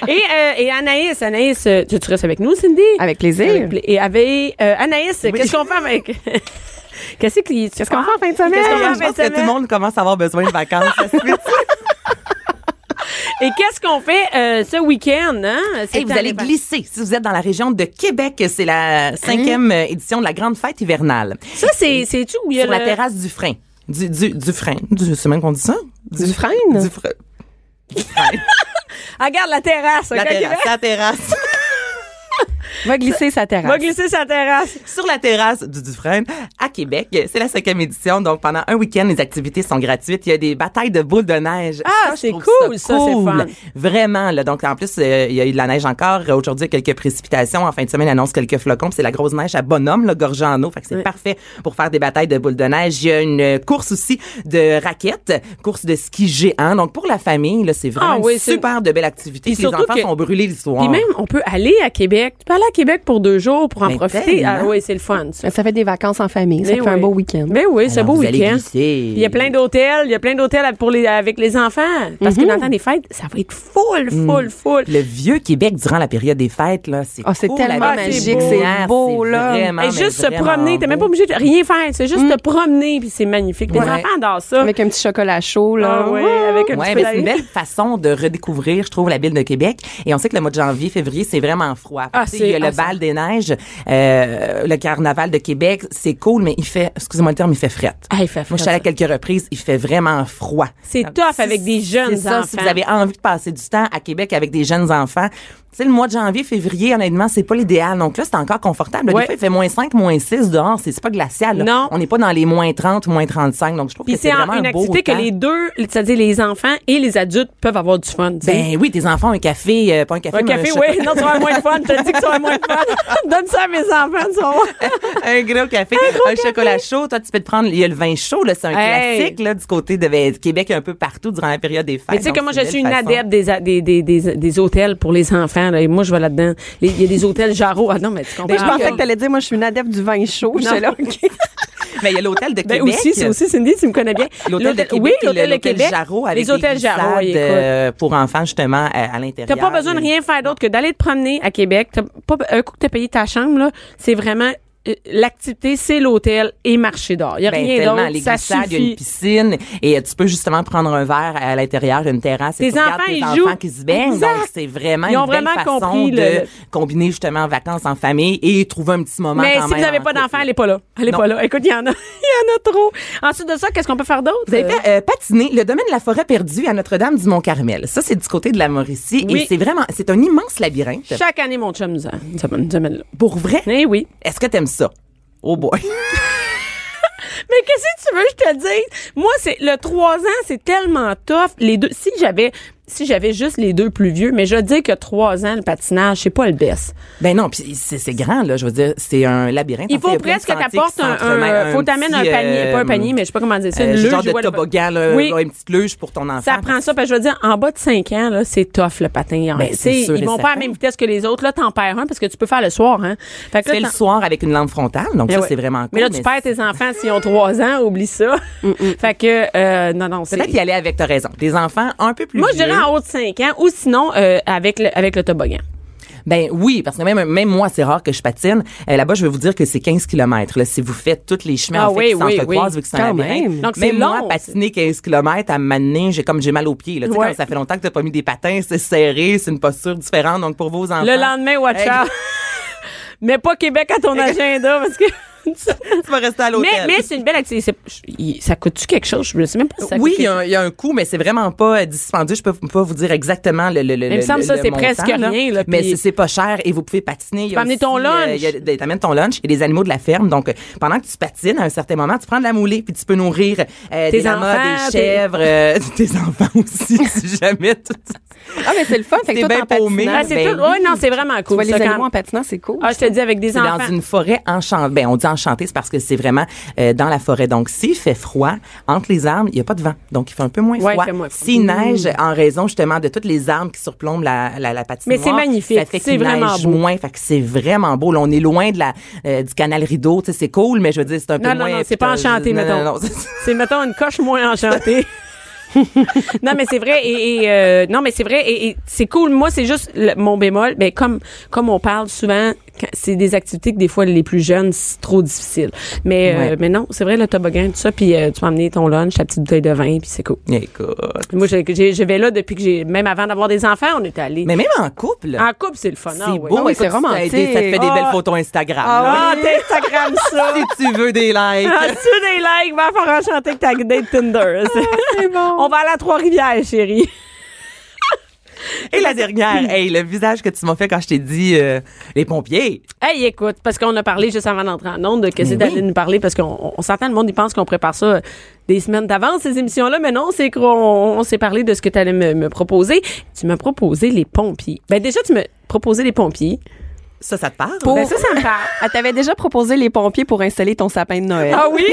[SPEAKER 3] Et, euh, et Anaïs, Anaïs, euh, tu, tu restes avec nous, Cindy?
[SPEAKER 5] avec plaisir.
[SPEAKER 3] Avec pla- et avec euh, Anaïs, qu'est-ce qu'on fait avec. qu'est-ce qui- tu-
[SPEAKER 5] Qu'est-ce qu'on fait en fin de
[SPEAKER 3] Qu'est-ce qu'on
[SPEAKER 5] semaine
[SPEAKER 3] fait en
[SPEAKER 4] Je
[SPEAKER 3] fin de
[SPEAKER 4] pense que tout le
[SPEAKER 3] semaine?
[SPEAKER 4] monde commence à avoir besoin de vacances. Ça se <laughs> fait.
[SPEAKER 3] Et qu'est-ce qu'on fait euh, ce week-end? Hein? C'est
[SPEAKER 4] Et vous
[SPEAKER 3] temps
[SPEAKER 4] allez
[SPEAKER 3] des fêtes.
[SPEAKER 4] glisser. Si vous êtes dans la région de Québec, c'est la cinquième
[SPEAKER 5] Hein?
[SPEAKER 4] euh, édition de la grande fête hivernale.
[SPEAKER 3] Ça, c'est c'est tout où il y a
[SPEAKER 4] Sur la
[SPEAKER 3] le-
[SPEAKER 4] terrasse du frein. Du, du, du frein. Du, c'est même qu'on dit ça?
[SPEAKER 5] Du frein?
[SPEAKER 4] Du frein.
[SPEAKER 3] Ah, regarde la terrasse.
[SPEAKER 4] La
[SPEAKER 3] ok,
[SPEAKER 4] terrasse.
[SPEAKER 3] ok.
[SPEAKER 4] La terrasse.
[SPEAKER 5] Va glisser sa terrasse.
[SPEAKER 3] Va glisser sa terrasse.
[SPEAKER 4] sur la terrasse du Dufresne à Québec. C'est la cinquième édition. Donc, pendant un week-end, les activités sont gratuites. Il y a des batailles de boules de neige.
[SPEAKER 3] Ah,
[SPEAKER 4] je
[SPEAKER 3] c'est
[SPEAKER 4] trouve
[SPEAKER 3] cool, ça, c'est fun.
[SPEAKER 4] Vraiment, là. Donc, en plus, euh, il y a eu de la neige encore. Euh, Aujourd'hui, il y a quelques précipitations. En fin de semaine, annonce quelques flocons. Puis C'est la grosse neige à bonhomme, le gorgé en eau. Fait que c'est parfait pour faire des batailles de boules de neige. Il y a une euh, course aussi de raquettes, course de ski géant. Donc, pour la famille, là, c'est vraiment
[SPEAKER 3] Ah oui,
[SPEAKER 4] une
[SPEAKER 3] c'est-
[SPEAKER 4] super de belle activité.
[SPEAKER 3] Puis
[SPEAKER 4] Puis les
[SPEAKER 3] surtout
[SPEAKER 4] enfants
[SPEAKER 3] que-
[SPEAKER 4] sont brûlés le soir.
[SPEAKER 3] Puis même, on peut aller à Québec. Tu peux aller à Québec pour deux jours pour en
[SPEAKER 4] Mais
[SPEAKER 3] profiter.
[SPEAKER 4] tellement.
[SPEAKER 3] Ah oui, c'est le fun. ça.
[SPEAKER 5] Ça fait des vacances en famille, ça
[SPEAKER 3] Mais
[SPEAKER 5] fait
[SPEAKER 3] oui.
[SPEAKER 5] un beau week-end.
[SPEAKER 3] Mais oui, c'est un beau
[SPEAKER 4] vous allez
[SPEAKER 3] week-end.
[SPEAKER 4] glisser.
[SPEAKER 3] Il y a plein d'hôtels, il y a plein d'hôtels pour les avec les enfants parce
[SPEAKER 5] Mhm.
[SPEAKER 3] que dans le temps des fêtes, ça va être full
[SPEAKER 4] Mm.
[SPEAKER 3] full full.
[SPEAKER 4] Le vieux Québec durant la période des fêtes, là, c'est
[SPEAKER 5] Ah, c'est
[SPEAKER 4] cool, la
[SPEAKER 5] tellement
[SPEAKER 4] vie
[SPEAKER 3] magique,
[SPEAKER 4] est
[SPEAKER 3] c'est
[SPEAKER 4] lumière,
[SPEAKER 5] beau,
[SPEAKER 4] c'est
[SPEAKER 5] là.
[SPEAKER 4] vraiment,
[SPEAKER 3] Et
[SPEAKER 4] mais
[SPEAKER 3] juste se
[SPEAKER 4] vraiment
[SPEAKER 3] promener, t'es même pas
[SPEAKER 4] beau.
[SPEAKER 3] obligé de rien faire, c'est juste te promener puis c'est magnifique. Les
[SPEAKER 4] Ouais.
[SPEAKER 3] enfants adorent ça.
[SPEAKER 5] Mm. Avec un petit chocolat chaud là.
[SPEAKER 3] Ah ouais, avec un
[SPEAKER 4] Ouais,
[SPEAKER 3] petit
[SPEAKER 4] mais
[SPEAKER 3] peu
[SPEAKER 4] c'est une
[SPEAKER 3] d'ail.
[SPEAKER 4] belle façon de redécouvrir, je trouve, la ville de Québec. Et on sait que le mois de janvier, février, c'est vraiment froid.
[SPEAKER 3] Ah,
[SPEAKER 4] Tu sais, il y a
[SPEAKER 3] c'est- ah,
[SPEAKER 4] le
[SPEAKER 3] ça-
[SPEAKER 4] bal des neiges, euh, le carnaval de Québec, c'est cool, mais il fait, excusez-moi le terme, il fait frette.
[SPEAKER 3] Ah, il fait
[SPEAKER 4] Moi, je suis allée à quelques reprises, il fait vraiment froid.
[SPEAKER 3] C'est
[SPEAKER 4] Donc,
[SPEAKER 3] tough
[SPEAKER 4] si-
[SPEAKER 3] avec des jeunes
[SPEAKER 4] c'est ça, Si
[SPEAKER 3] enfants.
[SPEAKER 4] vous avez envie de passer du temps à Québec avec des jeunes enfants, tu sais, le mois de janvier, février, honnêtement, c'est pas l'idéal. Donc là, c'est encore confortable.
[SPEAKER 3] Ouais.
[SPEAKER 4] Des fois, il fait moins 5, moins 6 dehors. C'est c'est pas glacial. là.
[SPEAKER 3] Non.
[SPEAKER 4] On n'est pas dans les moins 30, moins 35. Donc, je trouve
[SPEAKER 3] Puis
[SPEAKER 4] que c'est
[SPEAKER 3] c'est en-
[SPEAKER 4] vraiment
[SPEAKER 3] une
[SPEAKER 4] un beau
[SPEAKER 3] activité que
[SPEAKER 4] temps.
[SPEAKER 3] les deux, c'est-à-dire les enfants et les adultes peuvent avoir du fun. tu sais.
[SPEAKER 4] Ben oui, tes enfants, un café, euh, pas un café,
[SPEAKER 3] un
[SPEAKER 4] mais
[SPEAKER 3] café,
[SPEAKER 4] chocolat.
[SPEAKER 3] oui, non, tu vas avoir moins de fun. Je te dis que tu vas avoir moins de fun. <laughs> Donne ça à mes enfants, tu vas
[SPEAKER 4] <laughs>
[SPEAKER 3] voir.
[SPEAKER 4] <laughs> un gros café, un, chocolat chaud. Toi, tu peux te prendre, il y a le vin chaud, là, c'est un
[SPEAKER 3] Hey.
[SPEAKER 4] classique, là, du côté de ben, Québec, un peu partout durant la période des fêtes.
[SPEAKER 3] Mais tu sais que
[SPEAKER 4] Donc,
[SPEAKER 3] moi,
[SPEAKER 4] Ah, c'est
[SPEAKER 3] je suis une
[SPEAKER 4] belle façon.
[SPEAKER 3] adepte des, a- des, des, des, des hôtels pour les enfants. là, et moi, je vais là-dedans. Les- Il y a des hôtels Jarro. Ah non, mais tu
[SPEAKER 4] Ben,
[SPEAKER 3] comprends.
[SPEAKER 5] Mais je pensais que t'allais dire, moi, je suis une adepte du vin chaud. J'étais là, OK.
[SPEAKER 4] Mais il y a l'hôtel de
[SPEAKER 3] Ben
[SPEAKER 4] Québec.
[SPEAKER 3] aussi, c'est aussi, Cindy, tu me connais bien.
[SPEAKER 4] L'hôtel de Québec,
[SPEAKER 3] oui,
[SPEAKER 4] et
[SPEAKER 3] l'hôtel de
[SPEAKER 4] l'hôtel
[SPEAKER 3] Québec.
[SPEAKER 4] Jarreau avec
[SPEAKER 3] les hôtels
[SPEAKER 4] des
[SPEAKER 3] Jarreau,
[SPEAKER 4] glissades,
[SPEAKER 3] écoute.
[SPEAKER 4] euh, pour enfants justement à, à l'intérieur.
[SPEAKER 3] T'as pas besoin de rien faire d'autre que d'aller te promener à Québec. T'as pas, un coup que t'as payé ta chambre, là, c'est vraiment euh, l'activité, c'est l'hôtel et marcher dehors. Il y a
[SPEAKER 4] Ben,
[SPEAKER 3] rien
[SPEAKER 4] tellement,
[SPEAKER 3] d'autre.
[SPEAKER 4] les
[SPEAKER 3] Ça
[SPEAKER 4] glissades, il y a une
[SPEAKER 3] suffit.
[SPEAKER 4] piscine et euh, tu peux justement prendre un verre à l'intérieur, une terrasse. et
[SPEAKER 3] Tes
[SPEAKER 4] tu regardes
[SPEAKER 3] enfants,
[SPEAKER 4] tes
[SPEAKER 3] ils
[SPEAKER 4] enfants
[SPEAKER 3] jouent.
[SPEAKER 4] qui se baignent.
[SPEAKER 3] Exact.
[SPEAKER 4] Donc, c'est vraiment
[SPEAKER 3] Ils ont
[SPEAKER 4] une belle
[SPEAKER 3] vraiment
[SPEAKER 4] façon
[SPEAKER 3] compris
[SPEAKER 4] de
[SPEAKER 3] le- le-
[SPEAKER 4] combiner justement vacances en famille et trouver un petit moment
[SPEAKER 3] Mais
[SPEAKER 4] quand
[SPEAKER 3] si vous
[SPEAKER 4] même
[SPEAKER 3] n'avez
[SPEAKER 4] en
[SPEAKER 3] pas d'enfant,
[SPEAKER 4] couple.
[SPEAKER 3] elle est pas là. Elle est
[SPEAKER 4] Non.
[SPEAKER 3] pas là. Écoute, il y en a, <laughs> il y en a trop. Ensuite de ça, qu'est-ce qu'on peut faire d'autre?
[SPEAKER 4] Vous avez fait euh, patiner le domaine de la forêt perdue à Notre-Dame du Mont-Carmel. Ça, c'est du côté de la Mauricie
[SPEAKER 3] Oui.
[SPEAKER 4] et c'est vraiment, c'est un immense labyrinthe.
[SPEAKER 3] Chaque année, mon chum nous, a- nous amène- nous amène là.
[SPEAKER 4] Pour vrai,
[SPEAKER 3] Eh oui.
[SPEAKER 4] est-ce que t'aimes ça?
[SPEAKER 3] <laughs>
[SPEAKER 4] Oh boy.
[SPEAKER 3] Mais qu'est-ce que tu veux que je te dise? Moi, c'est le 3 ans, c'est tellement tough. Les deux, si j'avais, si j'avais juste les deux plus vieux, mais je dis que 3 ans, le patinage, c'est pas le best.
[SPEAKER 4] Ben non, puis c'est c'est grand là, je veux dire, c'est un labyrinthe.
[SPEAKER 3] Il
[SPEAKER 4] En fait,
[SPEAKER 3] faut
[SPEAKER 4] y a plein de
[SPEAKER 3] presque que
[SPEAKER 4] sentiers qui
[SPEAKER 3] t'apportes un,
[SPEAKER 4] s'entremêlent,
[SPEAKER 3] un, faut t'amener un
[SPEAKER 4] petit,
[SPEAKER 3] panier,
[SPEAKER 4] euh,
[SPEAKER 3] pas un panier, mais je sais pas comment dire ça,
[SPEAKER 4] euh,
[SPEAKER 3] une luge
[SPEAKER 4] genre de
[SPEAKER 3] ou whatever.
[SPEAKER 4] toboggan, là,
[SPEAKER 3] Oui.
[SPEAKER 4] là, une petite luge pour ton enfant.
[SPEAKER 3] Ça prend ça, parce que je veux dire, en bas de 5 ans, là, c'est tough le patin.
[SPEAKER 4] Ben,
[SPEAKER 3] Tu
[SPEAKER 4] c'est
[SPEAKER 3] sais,
[SPEAKER 4] sûr
[SPEAKER 3] ils
[SPEAKER 4] et
[SPEAKER 3] vont pas à la
[SPEAKER 4] certain.
[SPEAKER 3] même vitesse que les autres. Là, t'en perds un parce que tu peux faire le soir. Hein. Fait que
[SPEAKER 4] Tu
[SPEAKER 3] là,
[SPEAKER 4] fais le
[SPEAKER 3] t'en-
[SPEAKER 4] soir avec une lampe frontale, donc
[SPEAKER 3] Ben
[SPEAKER 4] ça
[SPEAKER 3] ouais.
[SPEAKER 4] c'est vraiment cool.
[SPEAKER 3] Mais là, tu perds tes enfants s'ils ont 3 ans, oublie ça. fait que, euh, non, non, c'est...
[SPEAKER 4] Peut-être y aller avec, t'as raison. Des enfants un peu plus
[SPEAKER 3] Moi, je dirais
[SPEAKER 4] vieux.
[SPEAKER 3] en haut de 5 ans ou sinon euh, avec, le, avec le toboggan.
[SPEAKER 4] Ben oui, parce que même, même moi, c'est rare que je patine. Euh, Là-bas, je vais vous dire que c'est 15 km. Là, si vous faites tous les chemins
[SPEAKER 3] Ah
[SPEAKER 4] en
[SPEAKER 3] oui,
[SPEAKER 4] fait, qui
[SPEAKER 3] oui,
[SPEAKER 4] s'entrecroisent,
[SPEAKER 3] oui.
[SPEAKER 4] vu que c'est un
[SPEAKER 5] Quand
[SPEAKER 4] labyrinthe.
[SPEAKER 5] même.
[SPEAKER 3] Donc, c'est
[SPEAKER 4] mais moi,
[SPEAKER 3] long,
[SPEAKER 4] patiner 15 km à m'amener, j'ai comme j'ai mal aux pieds. Là. Tu sais,
[SPEAKER 3] Ouais.
[SPEAKER 4] Quand ça fait longtemps que t'as pas mis des patins, c'est serré, c'est une posture différente. Donc pour vos enfants,
[SPEAKER 3] Le lendemain, watch
[SPEAKER 4] Hey.
[SPEAKER 3] out. <laughs> Mais pas Québec à
[SPEAKER 4] <laughs>
[SPEAKER 3] ton agenda parce que. <laughs>
[SPEAKER 4] tu vas rester à l'hôtel.
[SPEAKER 3] mais mais c'est une belle activité. C'est- je- Ça coûte-tu quelque chose? Je ne sais même pas si ça coûte
[SPEAKER 4] oui,
[SPEAKER 3] quelque
[SPEAKER 4] il y, a un- il y a un coût, mais c'est vraiment pas euh, dispendieux. Je peux pas vous dire exactement le. le, le
[SPEAKER 3] il me
[SPEAKER 4] le-
[SPEAKER 3] semble
[SPEAKER 4] le-
[SPEAKER 3] ça,
[SPEAKER 4] le
[SPEAKER 3] c'est
[SPEAKER 4] montant,
[SPEAKER 3] presque rien, là,
[SPEAKER 4] mais
[SPEAKER 3] puis-
[SPEAKER 4] c'est- c'est pas cher et vous pouvez patiner. Tu
[SPEAKER 3] peux amener ton
[SPEAKER 4] euh,
[SPEAKER 3] lunch.
[SPEAKER 4] T'amènes ton lunch et des animaux de la ferme. Donc, euh, pendant que tu patines, à un certain moment, tu prends de la moulée puis tu peux nourrir euh,
[SPEAKER 3] Tes
[SPEAKER 4] des lamas,
[SPEAKER 3] enfants,
[SPEAKER 4] des
[SPEAKER 3] tes-
[SPEAKER 4] chèvres, euh, <laughs> tes enfants aussi, <laughs> si jamais. tu-
[SPEAKER 5] Ah, mais c'est le fun. Fait
[SPEAKER 4] T'es
[SPEAKER 5] que toi,
[SPEAKER 4] bien
[SPEAKER 5] t'es en patinant,
[SPEAKER 4] paumé.
[SPEAKER 3] Ah, c'est
[SPEAKER 4] Ben
[SPEAKER 3] tout. Oui, non, c'est vraiment
[SPEAKER 5] Tu
[SPEAKER 3] cool.
[SPEAKER 5] vois les
[SPEAKER 3] ça, quand-
[SPEAKER 5] animaux en patinant, c'est cool.
[SPEAKER 3] Ah, je te dis, avec des
[SPEAKER 4] C'est
[SPEAKER 3] enfants.
[SPEAKER 4] dans une forêt enchantée. Ben, on dit enchantée, c'est parce que c'est vraiment euh, dans la forêt. Donc, s'il fait froid, entre les arbres, il n'y a pas de vent. Donc, il fait un peu moins
[SPEAKER 3] Ouais, il
[SPEAKER 4] froid.
[SPEAKER 3] fait moins froid. Mm.
[SPEAKER 4] S'il neige, en raison justement de toutes les arbres qui surplombent la, la, la patinoire,
[SPEAKER 3] Mais c'est magnifique.
[SPEAKER 4] Ça fait
[SPEAKER 3] C'est
[SPEAKER 4] qu'il
[SPEAKER 3] vraiment
[SPEAKER 4] neige
[SPEAKER 3] beau.
[SPEAKER 4] moins. Fait que c'est vraiment beau. Là, on est loin de la, euh, du canal rideau. Tu sais, c'est cool, mais je veux dire, c'est un peu
[SPEAKER 3] Non, non,
[SPEAKER 4] moins...
[SPEAKER 3] non, c'est pas
[SPEAKER 4] putain,
[SPEAKER 3] enchanté,
[SPEAKER 4] non,
[SPEAKER 3] mettons.
[SPEAKER 4] non, non, c'est-
[SPEAKER 3] C'est, mettons, une coche moins enchantée. <laughs> non, mais c'est vrai. Et, et, euh, non, mais c'est vrai. Et, et c'est cool. Moi, c'est juste le- mon bémol. Mais comme, comme on parle souvent, quand- c'est des activités que des fois, les plus jeunes, c'est trop difficile. Mais, euh,
[SPEAKER 4] Ouais.
[SPEAKER 3] mais non, c'est vrai, le toboggan, tout ça. Puis euh, tu peux emmener ton lunch, ta petite bouteille de vin, puis c'est cool.
[SPEAKER 4] Écoute.
[SPEAKER 3] Moi, je, j'ai- je vais là depuis que j'ai. Même avant d'avoir des enfants, on était allés.
[SPEAKER 4] Mais même en couple...
[SPEAKER 3] En couple, c'est le fun.
[SPEAKER 4] c'est
[SPEAKER 3] ah ouais.
[SPEAKER 4] beau,
[SPEAKER 5] Ah oui,
[SPEAKER 4] Écoute,
[SPEAKER 5] c'est romantique.
[SPEAKER 4] Ça, te fait des
[SPEAKER 3] Ah.
[SPEAKER 4] belles photos Instagram. là.
[SPEAKER 3] Ah,
[SPEAKER 4] <laughs>
[SPEAKER 3] t'Instagram ça!
[SPEAKER 4] Si tu veux des likes.
[SPEAKER 3] En dessous des likes, va faire enchanter que t'as date Tinder.
[SPEAKER 4] Ah,
[SPEAKER 5] c'est bon.
[SPEAKER 3] On va aller à Trois-Rivières, chérie.
[SPEAKER 4] Et la <laughs> dernière, hey, le visage que tu m'as fait quand je t'ai dit euh, les pompiers.
[SPEAKER 3] Hey, écoute, parce qu'on a parlé juste avant d'entrer en onde que c'est d'aller nous parler parce qu'on on- on s'entend, le monde, il pense qu'on prépare ça euh, des semaines d'avance, ces émissions-là, mais non, c'est qu'on on s'est parlé de ce que tu allais me, me proposer. Tu m'as proposé les pompiers. Ben déjà, tu m'as proposé les pompiers.
[SPEAKER 4] Ça, ça te parle?
[SPEAKER 5] Pour-
[SPEAKER 3] Ben ça, ça me parle.
[SPEAKER 5] Elle t'avait déjà proposé les pompiers pour installer ton sapin de Noël.
[SPEAKER 3] Ah <laughs> oui?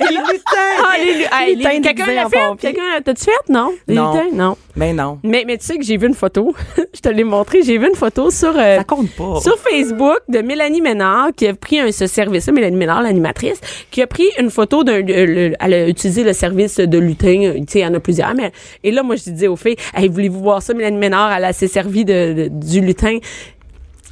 [SPEAKER 4] les lutins!
[SPEAKER 3] Ah, les, lu- hey, les-
[SPEAKER 5] Lutin
[SPEAKER 3] quelqu'un
[SPEAKER 5] déguisé
[SPEAKER 3] l'a
[SPEAKER 5] en
[SPEAKER 3] fait?
[SPEAKER 5] pompier.
[SPEAKER 3] Quelqu'un, t'as-tu fait? Non? Les
[SPEAKER 4] Non.
[SPEAKER 3] lutins? Non.
[SPEAKER 4] Mais non.
[SPEAKER 3] Mais, mais tu sais que j'ai vu une photo. <laughs> je te l'ai montré. J'ai vu une photo sur. euh,
[SPEAKER 4] Ça compte pas.
[SPEAKER 3] Sur Facebook de Mélanie Ménard qui a pris un, ce service-là, Mélanie Ménard, l'animatrice, qui a pris une photo d'un, euh, le- elle a utilisé le service de lutin, euh, tu sais, il y en a plusieurs, mais, et là, moi, je disais aux filles, hey, voulez-vous voir ça, Mélanie Ménard, elle a s'est servie de, de- du lutin,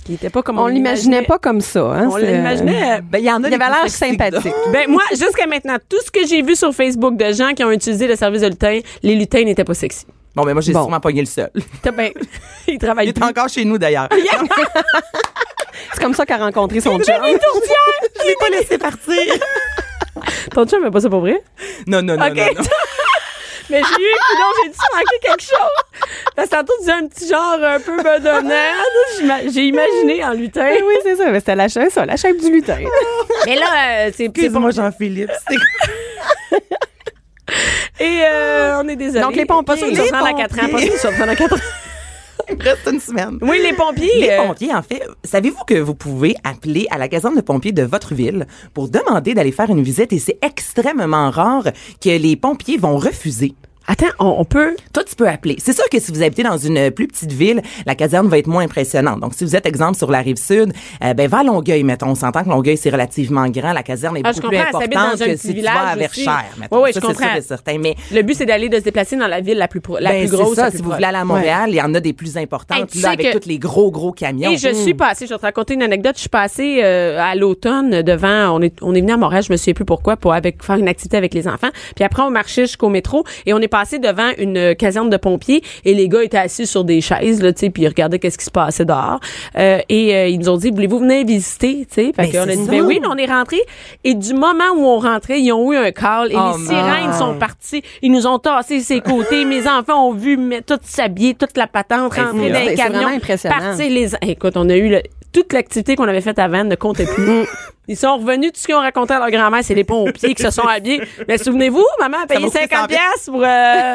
[SPEAKER 3] qui était pas comme
[SPEAKER 5] On l'imaginait pas comme ça. Hein,
[SPEAKER 3] On
[SPEAKER 5] c'est-
[SPEAKER 3] l'imaginait,
[SPEAKER 4] Ben, il y en a
[SPEAKER 5] Il
[SPEAKER 4] des
[SPEAKER 5] avait
[SPEAKER 4] plus
[SPEAKER 5] l'air
[SPEAKER 4] sexy que d'autres.
[SPEAKER 5] sympathique.
[SPEAKER 3] ben moi, jusqu'à maintenant, tout ce que j'ai vu sur Facebook de gens qui ont utilisé le service de lutin, les lutins n'étaient pas sexy.
[SPEAKER 4] Bon, mais moi, j'ai
[SPEAKER 5] Bon.
[SPEAKER 4] sûrement pogné le seul. <laughs>
[SPEAKER 3] T'as ben, <laughs> ils
[SPEAKER 4] Il
[SPEAKER 3] travaillent
[SPEAKER 4] est
[SPEAKER 3] plus.
[SPEAKER 4] encore chez nous, d'ailleurs.
[SPEAKER 5] C'est comme ça qu'elle a rencontré son chum.
[SPEAKER 4] Je l'ai pas laissé <laughs> partir.
[SPEAKER 3] Ton chum, mais pas ça pour vrai?
[SPEAKER 4] Non, non, non,
[SPEAKER 3] OK.
[SPEAKER 4] non, non.
[SPEAKER 3] Mais j'ai eu, non, j'ai-tu manqué quelque chose? Parce que tantôt, tu disais un petit genre un peu bedonnade. J'ima- J'ai imaginé en lutin.
[SPEAKER 5] Eh <laughs> Oui, c'est ça. Mais C'était la chaîne, ça, la chaîne du lutin.
[SPEAKER 3] Mais là, euh, c'est plus
[SPEAKER 4] <laughs> Excuse-moi, Jean-Philippe. C'est
[SPEAKER 3] Et euh, on est désolé.
[SPEAKER 5] Donc, les pompiers.
[SPEAKER 3] Pas sûr qu'ils
[SPEAKER 5] Les
[SPEAKER 3] sont rendus à 4 ans. Pas sûr qu'ils sont rendus à 4 ans.
[SPEAKER 4] il me <laughs> reste une semaine.
[SPEAKER 3] Oui, les pompiers.
[SPEAKER 4] Les
[SPEAKER 3] euh,
[SPEAKER 4] pompiers, en fait, savez-vous que vous pouvez appeler à la caserne de pompiers de votre ville pour demander d'aller faire une visite et c'est extrêmement rare que les pompiers vont refuser.
[SPEAKER 3] Attends, on, on peut.
[SPEAKER 4] Toi, tu peux appeler. C'est sûr que si vous habitez dans une plus petite ville, la caserne va être moins impressionnante. Donc, si vous êtes, exemple, sur la rive sud, euh, ben, va à Longueuil, mettons. On s'entend que Longueuil, c'est relativement grand. La caserne est
[SPEAKER 3] Ah, je
[SPEAKER 4] beaucoup plus
[SPEAKER 3] comprends, ça habite dans
[SPEAKER 4] importante
[SPEAKER 3] un
[SPEAKER 4] que
[SPEAKER 3] petit
[SPEAKER 4] si tu vas
[SPEAKER 3] village
[SPEAKER 4] à
[SPEAKER 3] aussi.
[SPEAKER 4] Verchères, mettons.
[SPEAKER 3] Ouais, ouais,
[SPEAKER 4] Ça,
[SPEAKER 3] je
[SPEAKER 4] c'est
[SPEAKER 3] comprends.
[SPEAKER 4] sûr et certain. Mais,
[SPEAKER 3] Le but, c'est d'aller de se déplacer dans la ville la plus, pro- la
[SPEAKER 4] ben,
[SPEAKER 3] plus grosse.
[SPEAKER 4] c'est ça.
[SPEAKER 3] la
[SPEAKER 4] Si
[SPEAKER 3] plus
[SPEAKER 4] vous
[SPEAKER 3] proche.
[SPEAKER 4] voulez aller à Montréal, il y en a des plus
[SPEAKER 3] Hey,
[SPEAKER 4] importantes,
[SPEAKER 3] tu
[SPEAKER 4] là,
[SPEAKER 3] sais
[SPEAKER 4] avec
[SPEAKER 3] que-
[SPEAKER 4] tous les gros, gros camions. Mmh.
[SPEAKER 3] Et je suis passée, je vais te raconter une anecdote. Je suis passée euh, à l'automne devant, on est, on est venu à Montréal, je me souviens plus pourquoi, pour avec, faire une activité avec les enfants. Puis après, on marchait jusqu'au métro et on est passé devant une euh, caserne de pompiers et les gars étaient assis sur des chaises, là, tu sais, puis ils regardaient qu'est-ce qui se passait dehors. Euh, et euh, ils nous ont dit, voulez-vous venir visiter, tu sais? Fait
[SPEAKER 4] Ben,
[SPEAKER 3] qu'on a
[SPEAKER 4] c'est
[SPEAKER 3] dit,
[SPEAKER 4] ça.
[SPEAKER 3] ben oui, on est rentrés. Et du moment où on rentrait, ils ont eu un call et
[SPEAKER 4] Oh
[SPEAKER 3] les
[SPEAKER 4] non.
[SPEAKER 3] sirènes sont parties. Ils nous ont tassé ses côtés. Mes enfants ont vu mais, tout s'habiller, toute la patente
[SPEAKER 4] Ben,
[SPEAKER 3] rentrer
[SPEAKER 4] c'est
[SPEAKER 3] dans
[SPEAKER 5] là.
[SPEAKER 3] les
[SPEAKER 5] C'est vraiment
[SPEAKER 3] camions,
[SPEAKER 5] impressionnant.
[SPEAKER 3] partir et les- écoute, on a eu le- toute l'activité qu'on avait faite avant ne comptait plus. Ils sont revenus, tout ce qu'ils ont raconté à leur grand-mère, c'est les pompiers qui se sont habillés. Mais souvenez-vous, maman a payé
[SPEAKER 4] vaut
[SPEAKER 3] 50
[SPEAKER 4] 600
[SPEAKER 3] pièces pour, euh,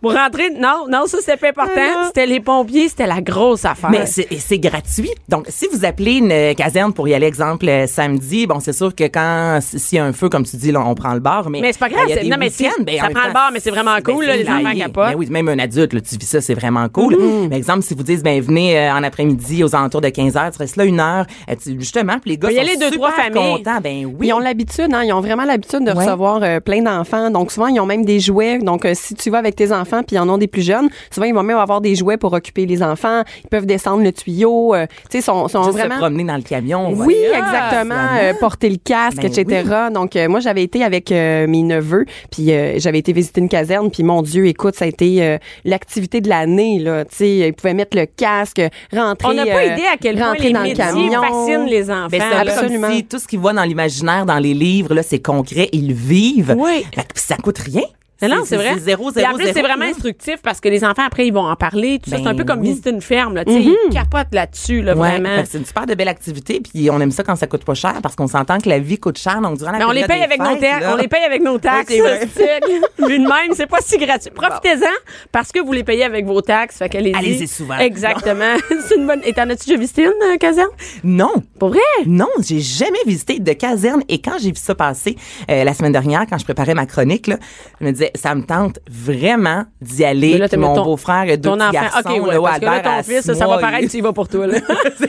[SPEAKER 3] pour rentrer. Non, non, ça c'était pas important. C'était les pompiers, c'était la grosse affaire.
[SPEAKER 4] Mais c'est- et c'est gratuit. Donc, si vous appelez une euh, caserne pour y aller, exemple, euh, samedi, bon, c'est sûr que quand, si- s'il y a un feu, comme tu dis, là, on prend le bar, mais. euh,
[SPEAKER 3] Mais c'est pas grave,
[SPEAKER 4] il y a
[SPEAKER 3] c'est-
[SPEAKER 4] des
[SPEAKER 3] non, mais si,
[SPEAKER 4] week-ends,
[SPEAKER 3] ça
[SPEAKER 4] en même
[SPEAKER 3] prend le
[SPEAKER 4] temps,
[SPEAKER 3] bar, mais c'est vraiment
[SPEAKER 4] ben,
[SPEAKER 3] cool,
[SPEAKER 4] c'est
[SPEAKER 3] là, les enfants
[SPEAKER 4] hilaillé.
[SPEAKER 3] capotent. Mm-hmm.
[SPEAKER 4] Ben oui, même un adulte, là, tu vis ça, c'est vraiment cool. Par exemple, si vous dites, ben, venez euh, en après-midi aux alentours de 15 h tu restes là une heure, euh, tu- justement, puis les gars
[SPEAKER 3] Faut y
[SPEAKER 4] sont
[SPEAKER 3] aller deux,
[SPEAKER 4] super
[SPEAKER 3] trois famille.
[SPEAKER 4] content. Ben oui.
[SPEAKER 5] Ils ont l'habitude, hein, ils ont vraiment l'habitude de
[SPEAKER 4] Ouais.
[SPEAKER 5] recevoir euh, plein d'enfants. Donc souvent ils ont même des jouets. Donc euh, si tu vas avec tes enfants puis ils en ont des plus jeunes, souvent ils vont même avoir des jouets pour occuper les enfants. Ils peuvent descendre le tuyau. euh, tu sais, sont, sont
[SPEAKER 4] Juste se
[SPEAKER 5] vraiment.
[SPEAKER 4] promener dans le camion.
[SPEAKER 5] Oui,
[SPEAKER 4] voilà.
[SPEAKER 5] exactement.
[SPEAKER 4] finalement.
[SPEAKER 5] euh, porter le casque,
[SPEAKER 4] Ben
[SPEAKER 5] etc. Donc, euh, moi, j'avais été avec euh, mes neveux, puis euh, j'avais été visiter une caserne, puis mon Dieu, écoute, ça a été euh, l'activité de l'année, là. Tu sais, ils pouvaient mettre le casque, rentrer.
[SPEAKER 3] On n'a pas
[SPEAKER 5] euh,
[SPEAKER 3] idée à quel point
[SPEAKER 5] rentrer
[SPEAKER 3] les
[SPEAKER 5] dans le
[SPEAKER 3] métiers
[SPEAKER 5] camion.
[SPEAKER 3] fascinent les enfants.
[SPEAKER 4] Mais Ben, c'est un peu
[SPEAKER 3] là.
[SPEAKER 5] Absolument.
[SPEAKER 4] comme si tout ce qu'ils voient dans l'imaginaire, dans les livres, là, c'est concret, ils le vivent.
[SPEAKER 3] Oui.
[SPEAKER 4] Fait que Ben, ça coûte rien.
[SPEAKER 3] Mais non, c'est vrai.
[SPEAKER 4] C'est zéro,
[SPEAKER 3] Puis
[SPEAKER 4] zéro,
[SPEAKER 3] en plus,
[SPEAKER 4] zéro,
[SPEAKER 3] c'est vraiment
[SPEAKER 4] là.
[SPEAKER 3] instructif parce que les enfants, après, ils vont en parler. Tout ça,
[SPEAKER 4] Ben
[SPEAKER 3] c'est un peu comme
[SPEAKER 4] oui.
[SPEAKER 3] visiter une ferme. Là, tu sais, Ils capotent là-dessus, là,
[SPEAKER 4] Ouais, Ben,
[SPEAKER 3] vraiment.
[SPEAKER 4] fait que c'est une super de belle activité, puis on aime ça quand ça coûte pas cher, parce qu'on s'entend que la vie coûte cher, donc durant la
[SPEAKER 3] Mais on les
[SPEAKER 4] période
[SPEAKER 3] paye avec
[SPEAKER 4] des
[SPEAKER 3] nos
[SPEAKER 4] fêtes,
[SPEAKER 3] taxes.
[SPEAKER 4] là-
[SPEAKER 3] On les paye avec nos taxes.
[SPEAKER 4] c'est vrai.
[SPEAKER 3] c'est ça.
[SPEAKER 4] <laughs>
[SPEAKER 3] Vu de même, c'est pas si gratuit. Profitez-en parce que vous les payez avec vos taxes. Fait qu'allez-y.
[SPEAKER 4] Allez-y souvent.
[SPEAKER 3] Exactement. <laughs> c'est une bonne. Et t'en as-tu déjà visité une euh, caserne?
[SPEAKER 4] Non,
[SPEAKER 3] Pour vrai?
[SPEAKER 4] non, j'ai jamais visité de caserne, et quand j'ai vu ça passer euh, la semaine dernière, quand je préparais ma chronique, là, je me disais, ça me tente vraiment d'y aller,
[SPEAKER 3] Mais là, t'as
[SPEAKER 4] Puis mon
[SPEAKER 3] ton-
[SPEAKER 4] beau-frère, il y a deux
[SPEAKER 3] Ton
[SPEAKER 4] petits
[SPEAKER 3] enfant.
[SPEAKER 4] garçons,
[SPEAKER 3] OK, ouais,
[SPEAKER 4] là,
[SPEAKER 3] parce que là,
[SPEAKER 4] Albert
[SPEAKER 3] ton
[SPEAKER 4] à
[SPEAKER 3] fils,
[SPEAKER 4] six
[SPEAKER 3] ça va
[SPEAKER 4] mois,
[SPEAKER 3] paraître,
[SPEAKER 4] il-
[SPEAKER 3] tu y vas pour toi,
[SPEAKER 4] <laughs>
[SPEAKER 3] là.
[SPEAKER 5] Elle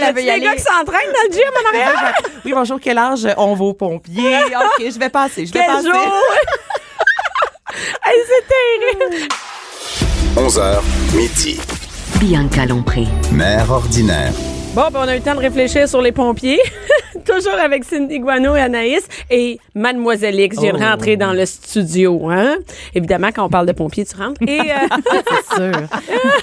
[SPEAKER 3] Y a-tu
[SPEAKER 5] avait y
[SPEAKER 3] des
[SPEAKER 5] aller.
[SPEAKER 3] gars qui s'entraînent dans le gym en arrière?
[SPEAKER 4] <laughs> Oui, bonjour, quel âge? On va
[SPEAKER 3] <laughs>
[SPEAKER 4] aux pompiers. OK, je vais passer, je vais
[SPEAKER 3] Quel
[SPEAKER 4] passer.
[SPEAKER 3] jour? <laughs> Hey, c'est terrible.
[SPEAKER 2] 11h, midi.
[SPEAKER 1] Bianca Lompré.
[SPEAKER 2] Mère ordinaire.
[SPEAKER 3] Bon, ben, on a eu le temps de réfléchir sur les pompiers. <laughs> Toujours avec Cindy Guano et Anaïs et Mademoiselle X. J'ai
[SPEAKER 4] Oh.
[SPEAKER 3] rentré dans le studio. Hein? Évidemment, quand on parle de pompiers, tu rentres. Et,
[SPEAKER 4] <laughs>
[SPEAKER 3] euh, <laughs>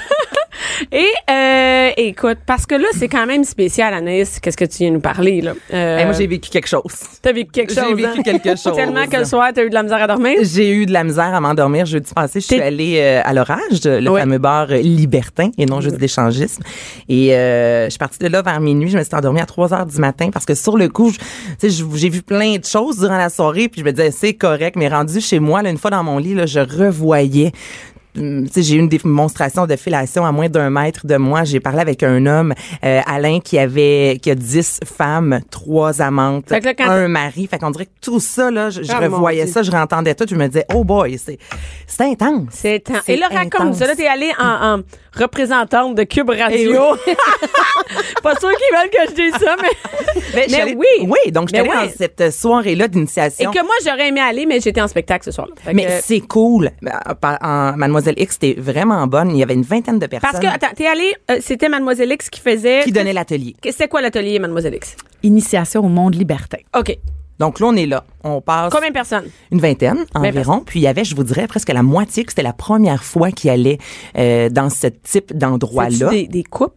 [SPEAKER 3] et euh, écoute, parce que là, c'est quand même spécial, Anaïs, qu'est-ce que tu viens nous parler. Là? Euh,
[SPEAKER 4] Hey, Eh, moi, j'ai vécu quelque chose.
[SPEAKER 3] T'as vécu quelque
[SPEAKER 4] j'ai
[SPEAKER 3] chose.
[SPEAKER 4] vécu
[SPEAKER 3] hein?
[SPEAKER 4] quelque
[SPEAKER 3] <laughs>
[SPEAKER 4] chose.
[SPEAKER 3] Tellement que le soir, t'as eu de la misère à dormir.
[SPEAKER 4] J'ai eu de la misère à m'endormir jeudi passé. Je suis
[SPEAKER 3] Hein? T'es-
[SPEAKER 4] allée euh, à l'orage, le
[SPEAKER 3] Ouais.
[SPEAKER 4] fameux bar euh, libertin et non juste d'échangisme. Et euh, je suis partie de là vers minuit. Je me suis endormie à 3 heures du matin parce que sur le coup, je- tu sais, je- j'ai vu plein de choses durant la soirée. Puis je me disais, c'est correct. Mais rendu chez moi, là, une fois dans mon lit, là, je revoyais Hum, tu sais, j'ai eu une démonstration de fellation à moins d'un mètre de moi. J'ai parlé avec un homme, euh, Alain, qui avait qui a 10 femmes, trois amantes,
[SPEAKER 3] Fait que là, quand
[SPEAKER 4] un mari. Fait qu'on dirait que tout ça, là, je, je
[SPEAKER 5] Ah, mon
[SPEAKER 4] revoyais
[SPEAKER 5] Dieu.
[SPEAKER 4] ça, je rentendais tout, je me disais, oh boy, c'est c'est intense.
[SPEAKER 3] C'est temps.
[SPEAKER 4] C'est
[SPEAKER 3] Et là, raconte
[SPEAKER 4] intense. Eh
[SPEAKER 3] ça. Là, t'es allée en, en représentante de Cube Radio. <laughs> Pas sûr qu'ils veulent que je dise ça,
[SPEAKER 4] <laughs>
[SPEAKER 3] mais,
[SPEAKER 4] Ben, je suis
[SPEAKER 3] mais
[SPEAKER 4] allée-
[SPEAKER 3] oui.
[SPEAKER 4] Oui, donc je
[SPEAKER 3] Mais
[SPEAKER 4] suis
[SPEAKER 3] oui.
[SPEAKER 4] allée dans cette soirée-là
[SPEAKER 3] Et
[SPEAKER 4] d'initiation.
[SPEAKER 3] que moi, j'aurais aimé aller, mais j'étais en spectacle ce soir-là. Fait
[SPEAKER 4] Mais
[SPEAKER 3] que-
[SPEAKER 4] c'est cool. En- en- Mademoiselle X, c'était vraiment bonne. Il y avait une vingtaine de personnes
[SPEAKER 3] parce que, attends, t'es allée, euh, c'était Mademoiselle X qui faisait.
[SPEAKER 4] qui donnaient l'atelier.
[SPEAKER 3] Que- C'était quoi l'atelier, Mademoiselle X?
[SPEAKER 6] Initiation au monde libertin.
[SPEAKER 3] OK.
[SPEAKER 4] Donc là, on est là. On passe.
[SPEAKER 3] Combien de personnes?
[SPEAKER 4] Une vingtaine environ.
[SPEAKER 3] personnes.
[SPEAKER 4] Puis il y avait, je vous dirais, presque la moitié que c'était la première fois qu'il allait euh, dans ce type
[SPEAKER 3] C'est-tu
[SPEAKER 4] d'endroit-là.
[SPEAKER 3] Des, des couples?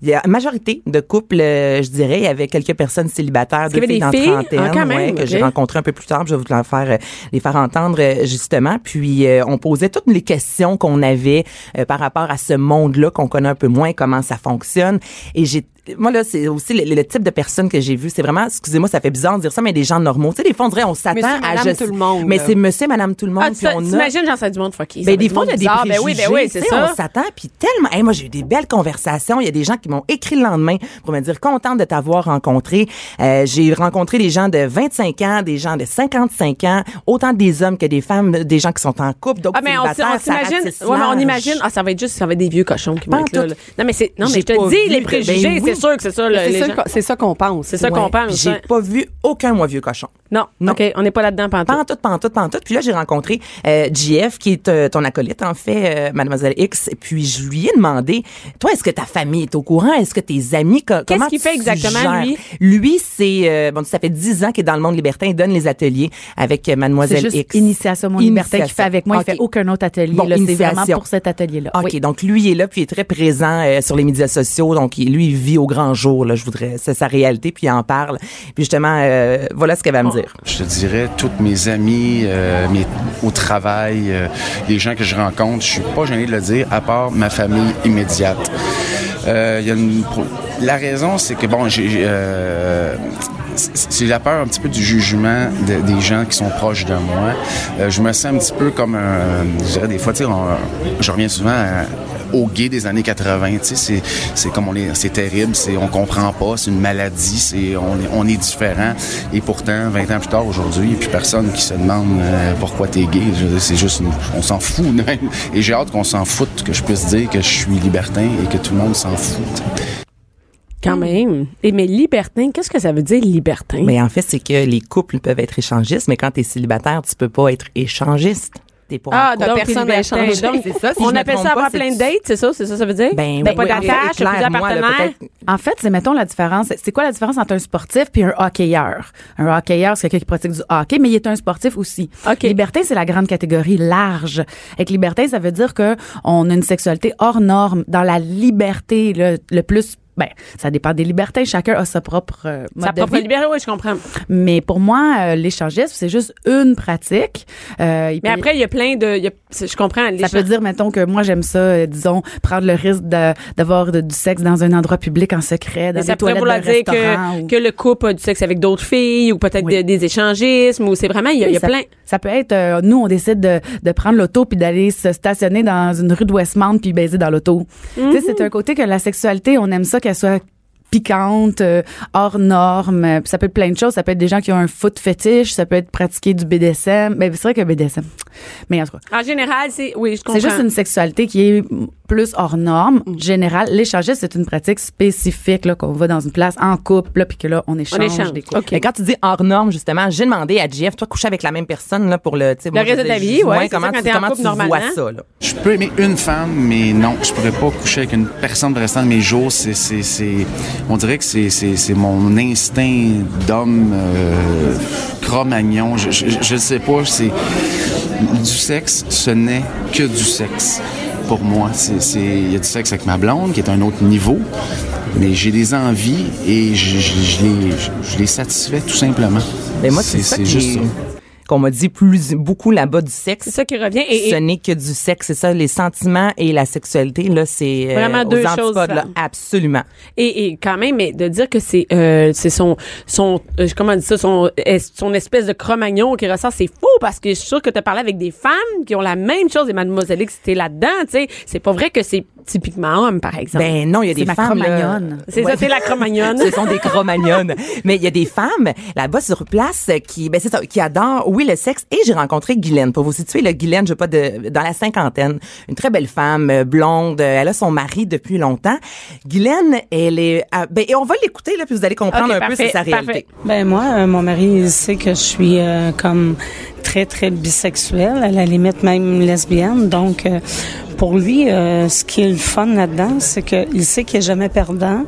[SPEAKER 4] Il y a majorité de couples, euh, je dirais, il y avait quelques personnes célibataires,
[SPEAKER 3] qu'il y
[SPEAKER 4] deux
[SPEAKER 3] avait
[SPEAKER 4] filles
[SPEAKER 3] des
[SPEAKER 4] dans
[SPEAKER 3] filles?
[SPEAKER 4] trentaine,
[SPEAKER 3] Ah, quand même,
[SPEAKER 4] ouais, que
[SPEAKER 3] ok.
[SPEAKER 4] j'ai rencontrées un peu plus tard. puis Je vais vous en faire, euh, les faire entendre euh, justement. Puis euh, on posait toutes les questions qu'on avait euh, par rapport à ce monde-là qu'on connaît un peu moins, comment ça fonctionne. Et j'ai moi là, c'est aussi le, le type de personne que j'ai vu. C'est vraiment, excusez-moi, ça fait bizarre de dire ça, mais des gens normaux. Tu sais, des fois on dirait on s'attend
[SPEAKER 5] Monsieur,
[SPEAKER 4] à
[SPEAKER 5] madame,
[SPEAKER 4] je-
[SPEAKER 5] tout le monde.
[SPEAKER 4] Mais c'est Monsieur, Madame, tout le monde.
[SPEAKER 3] Ah, tu
[SPEAKER 4] puis on a-
[SPEAKER 3] t'imagines, j'en sais du monde fucké. ça
[SPEAKER 4] ben,
[SPEAKER 3] va
[SPEAKER 4] des
[SPEAKER 3] être
[SPEAKER 4] fois, on a
[SPEAKER 3] monde
[SPEAKER 4] des
[SPEAKER 3] bizarre.
[SPEAKER 4] préjugés.
[SPEAKER 3] Ben oui, ben oui,
[SPEAKER 4] tu
[SPEAKER 3] c'est
[SPEAKER 4] sais,
[SPEAKER 3] ça.
[SPEAKER 4] On s'attend, puis tellement. Hey, moi, j'ai eu des belles conversations. Il y a des gens qui m'ont écrit le lendemain pour me dire contente de t'avoir rencontré. Euh, j'ai rencontré des gens de 25 ans, des gens de 55 ans, autant des hommes que des femmes, des gens qui sont en couple. Donc,
[SPEAKER 3] Ah, mais on s- on
[SPEAKER 4] célibataires, ça
[SPEAKER 3] s'imagine.
[SPEAKER 4] ratisse
[SPEAKER 3] Ouais, mais on
[SPEAKER 4] large.
[SPEAKER 3] imagine. Ah, ça va être juste, ça va être des vieux cochons qui vont
[SPEAKER 4] Pas en
[SPEAKER 3] être là,
[SPEAKER 4] tout.
[SPEAKER 3] là. Non, mais c'est, non, mais
[SPEAKER 4] J'ai
[SPEAKER 3] je te
[SPEAKER 4] pas
[SPEAKER 3] dis,
[SPEAKER 4] vu
[SPEAKER 3] les
[SPEAKER 4] de-
[SPEAKER 3] préjugés,
[SPEAKER 4] ben
[SPEAKER 3] c'est
[SPEAKER 4] oui.
[SPEAKER 3] sûr que c'est ça, là,
[SPEAKER 5] C'est
[SPEAKER 3] les
[SPEAKER 5] ça
[SPEAKER 3] gens.
[SPEAKER 5] qu'on- C'est ça qu'on pense.
[SPEAKER 3] C'est ça
[SPEAKER 4] Ouais.
[SPEAKER 3] qu'on pense.
[SPEAKER 4] J'ai
[SPEAKER 3] hein.
[SPEAKER 4] pas vu aucun, moi, vieux cochon.
[SPEAKER 3] Non.
[SPEAKER 4] Non.
[SPEAKER 3] OK, on n'est pas là-dedans, pantoute.
[SPEAKER 4] Pantoute, pantoute, pantoute. Puis là, j'ai rencontré euh, JF, qui est euh, ton acolyte, en fait, euh, Mademoiselle X. Puis je lui ai demandé, toi, est-ce que ta famille est au courant? Est-ce que tes amis, co- comment
[SPEAKER 3] qu'il
[SPEAKER 4] tu
[SPEAKER 3] fait exactement,
[SPEAKER 4] gères?
[SPEAKER 3] lui?
[SPEAKER 4] Lui, c'est, euh, bon, ça fait 10 ans qu'il est dans le monde libertin. Il donne les ateliers avec euh,
[SPEAKER 6] C'est
[SPEAKER 4] Mademoiselle
[SPEAKER 6] juste
[SPEAKER 4] X.
[SPEAKER 6] Initiation au monde libertin qui
[SPEAKER 4] Initiation.
[SPEAKER 6] fait avec moi.
[SPEAKER 4] OK.
[SPEAKER 6] Il fait aucun autre atelier.
[SPEAKER 4] Bon,
[SPEAKER 6] là. c'est vraiment
[SPEAKER 4] initiation.
[SPEAKER 6] pour cet atelier-là.
[SPEAKER 4] OK,
[SPEAKER 6] Oui.
[SPEAKER 4] donc lui est là, puis il est très présent euh, sur les médias sociaux. Donc, il- lui, il vit au grand jour, là, je voudrais. C'est sa réalité, puis il en parle. Puis justement, euh, voilà ce qu'elle
[SPEAKER 6] Oh.
[SPEAKER 4] va me dire.
[SPEAKER 7] Je te dirais, toutes mes amis, euh, mes, au travail, euh, les gens que je rencontre, je suis pas gêné de le dire, à part ma famille immédiate. Euh, il y a une pro- la raison, c'est que, bon, j'ai... j'ai, euh, c- c'est la peur un petit peu du jugement de- des gens qui sont proches de moi. Euh, je me sens un petit peu comme un... Je dirais des fois, tu sais, on- je reviens souvent à, au gay des années 80. Tu sais, c'est, c'est comme on est, c'est terrible, c'est, on comprend pas, c'est une maladie, c'est, on est, on est différent. Et pourtant, 20 ans plus tard, aujourd'hui, il n'y a plus personne qui se demande euh, pourquoi t'es gay. Je veux dire, c'est juste, une- on s'en fout <laughs> même. Et j'ai hâte qu'on s'en foute, que je puisse dire que je suis libertin et que tout le monde s'en fout. tu sais.
[SPEAKER 3] Quand même. Et mais libertin, qu'est-ce que ça veut dire libertin?
[SPEAKER 4] Mais en fait, c'est que les couples peuvent être échangistes, mais quand t'es célibataire, tu peux pas être échangiste. T'es pas en
[SPEAKER 5] Ah,
[SPEAKER 4] couple.
[SPEAKER 5] donc,
[SPEAKER 3] t'es
[SPEAKER 5] personne à
[SPEAKER 3] libertin.
[SPEAKER 5] échanger.
[SPEAKER 3] Donc,
[SPEAKER 4] C'est ça, si je
[SPEAKER 3] on
[SPEAKER 4] me
[SPEAKER 3] appelle
[SPEAKER 4] trompe
[SPEAKER 3] ça
[SPEAKER 4] pas,
[SPEAKER 3] avoir
[SPEAKER 4] c'est-
[SPEAKER 3] plein de dates, c'est ça? C'est ça, ça veut dire?
[SPEAKER 4] Ben
[SPEAKER 3] T'as
[SPEAKER 4] oui,
[SPEAKER 3] pas
[SPEAKER 4] oui,
[SPEAKER 3] d'attache,
[SPEAKER 4] oui,
[SPEAKER 3] t'as plus
[SPEAKER 4] éclaire-moi, là,
[SPEAKER 3] d'appartenance.
[SPEAKER 4] peut-être.
[SPEAKER 6] En fait, c'est mettons la différence. C'est quoi la différence entre un sportif et un hockeyeur? Un hockeyeur, c'est quelqu'un qui pratique du hockey, mais il est un sportif aussi.
[SPEAKER 3] OK.
[SPEAKER 6] Libertin, c'est la grande catégorie large. Avec libertin, ça veut dire que on a une sexualité hors norme, dans la liberté, le, le plus. Ben, ça dépend des libertés. Chacun a sa propre euh, mode
[SPEAKER 3] Sa
[SPEAKER 6] de
[SPEAKER 3] propre
[SPEAKER 6] vie.
[SPEAKER 3] liberté, oui, je comprends.
[SPEAKER 6] Mais pour moi, euh, l'échangisme, c'est juste une pratique. Euh, il
[SPEAKER 3] Mais
[SPEAKER 6] peut-
[SPEAKER 3] après, il y a plein de. il y a- c'est- je comprends. les
[SPEAKER 6] ça peut
[SPEAKER 3] gens-
[SPEAKER 6] dire, mettons, que moi, j'aime ça, euh, disons, prendre le risque de- d'avoir de- du sexe dans un endroit public en secret, dans
[SPEAKER 3] mais
[SPEAKER 6] des
[SPEAKER 3] ça pourrait
[SPEAKER 6] toilettes
[SPEAKER 3] vouloir
[SPEAKER 6] d'un
[SPEAKER 3] dire
[SPEAKER 6] restaurant.
[SPEAKER 3] que,
[SPEAKER 6] ou-
[SPEAKER 3] que le couple a du sexe avec d'autres filles ou peut-être des,
[SPEAKER 6] Oui.
[SPEAKER 3] des échangismes ou c'est vraiment. Il y a, il y a
[SPEAKER 6] ça,
[SPEAKER 3] plein.
[SPEAKER 6] ça peut être, euh, nous, on décide de, de prendre l'auto puis d'aller se stationner dans une rue de Westmount puis baiser dans l'auto. Tu sais,
[SPEAKER 3] Mhm.
[SPEAKER 6] c'est un côté que la sexualité, on aime ça qu'elle soit piquante, euh, hors norme. Euh, puis Ça peut être plein de choses. Ça peut être des gens qui ont un foot fétiche. Ça peut être pratiquer du BDSM. Ben, c'est vrai que BDSM. Mais en tout cas,
[SPEAKER 3] En général, c'est. Oui, je comprends. Mm.
[SPEAKER 6] c'est juste une sexualité qui est plus hors norme, générale. L'échangiste, c'est une pratique spécifique là qu'on va dans une place en couple là, puis que là on échange,
[SPEAKER 3] échange.
[SPEAKER 6] des couples.
[SPEAKER 3] OK.
[SPEAKER 4] Mais quand tu dis hors norme, justement, j'ai demandé à JF, toi, coucher avec la même personne, là, pour le, tu sais, moi,
[SPEAKER 3] reste
[SPEAKER 4] je
[SPEAKER 3] de ta
[SPEAKER 4] dis,
[SPEAKER 3] vie, ouais,
[SPEAKER 4] moins
[SPEAKER 3] c'est
[SPEAKER 4] comment
[SPEAKER 3] ça, quand
[SPEAKER 4] tu,
[SPEAKER 3] t'es en
[SPEAKER 4] comment
[SPEAKER 3] couple,
[SPEAKER 4] tu
[SPEAKER 3] normalement.
[SPEAKER 4] vois ça, là.
[SPEAKER 7] Je peux aimer une femme, mais non, je pourrais pas coucher avec une personne le restant de mes jours. C'est, c'est, c'est- on dirait que c'est, c'est, c'est mon instinct d'homme euh, cro-magnon. Je, je, je sais pas. C'est du sexe, ce n'est que du sexe. Pour moi, c'est, c'est- il y a du sexe avec ma blonde, qui est un autre niveau. Mais j'ai des envies et je, je- je les, je, les satisfais tout simplement.
[SPEAKER 4] Mais Ben, moi, c'est ça qui est- qu'on m'a dit plus, beaucoup là-bas du
[SPEAKER 3] C'est
[SPEAKER 4] sexe.
[SPEAKER 3] ça qui revient. Et, et-
[SPEAKER 4] Ce n'est que du sexe, c'est ça, les sentiments et la sexualité, là, c'est euh,
[SPEAKER 3] Vraiment
[SPEAKER 4] aux
[SPEAKER 3] deux choses
[SPEAKER 4] antipodes, là.
[SPEAKER 3] différentes.
[SPEAKER 4] absolument.
[SPEAKER 3] Et, et quand même, mais de dire que c'est euh, c'est son son euh, comment on dit ça son es- son espèce de cromagnon qui ressort, c'est faux parce que je suis sûre que tu as parlé avec des femmes qui ont la même chose et mademoiselle que c'était là-dedans, tu sais, c'est pas vrai que c'est typiquement homme par exemple.
[SPEAKER 4] Ben non, il y a
[SPEAKER 6] C'est
[SPEAKER 4] des
[SPEAKER 6] ma
[SPEAKER 4] femmes là.
[SPEAKER 6] cromagnonne.
[SPEAKER 3] c'est
[SPEAKER 4] Ben, Ouais.
[SPEAKER 3] ça, c'est la cromagnonne.
[SPEAKER 4] Ce sont des cromagnonnes. Mais il y a des femmes là-bas sur place qui, ben c'est ça, qui adorent, oui, le sexe. Et j'ai rencontré Guylaine. Pour vous situer, le Guylaine, je veux pas de, dans la cinquantaine, une très belle femme euh, blonde. euh, Elle a son mari depuis longtemps. Guylaine, elle est, ah, ben et on va l'écouter là, puis vous allez comprendre
[SPEAKER 3] Ok,
[SPEAKER 4] un peu
[SPEAKER 3] parfait,
[SPEAKER 4] c'est sa
[SPEAKER 3] parfait.
[SPEAKER 4] réalité.
[SPEAKER 8] Ben moi, euh, mon mari il sait que je suis euh, comme très très bisexuelle, à la limite même lesbienne. Donc euh, pour lui, euh, ce qui est le fun là-dedans, c'est qu'il sait qu'il est jamais perdant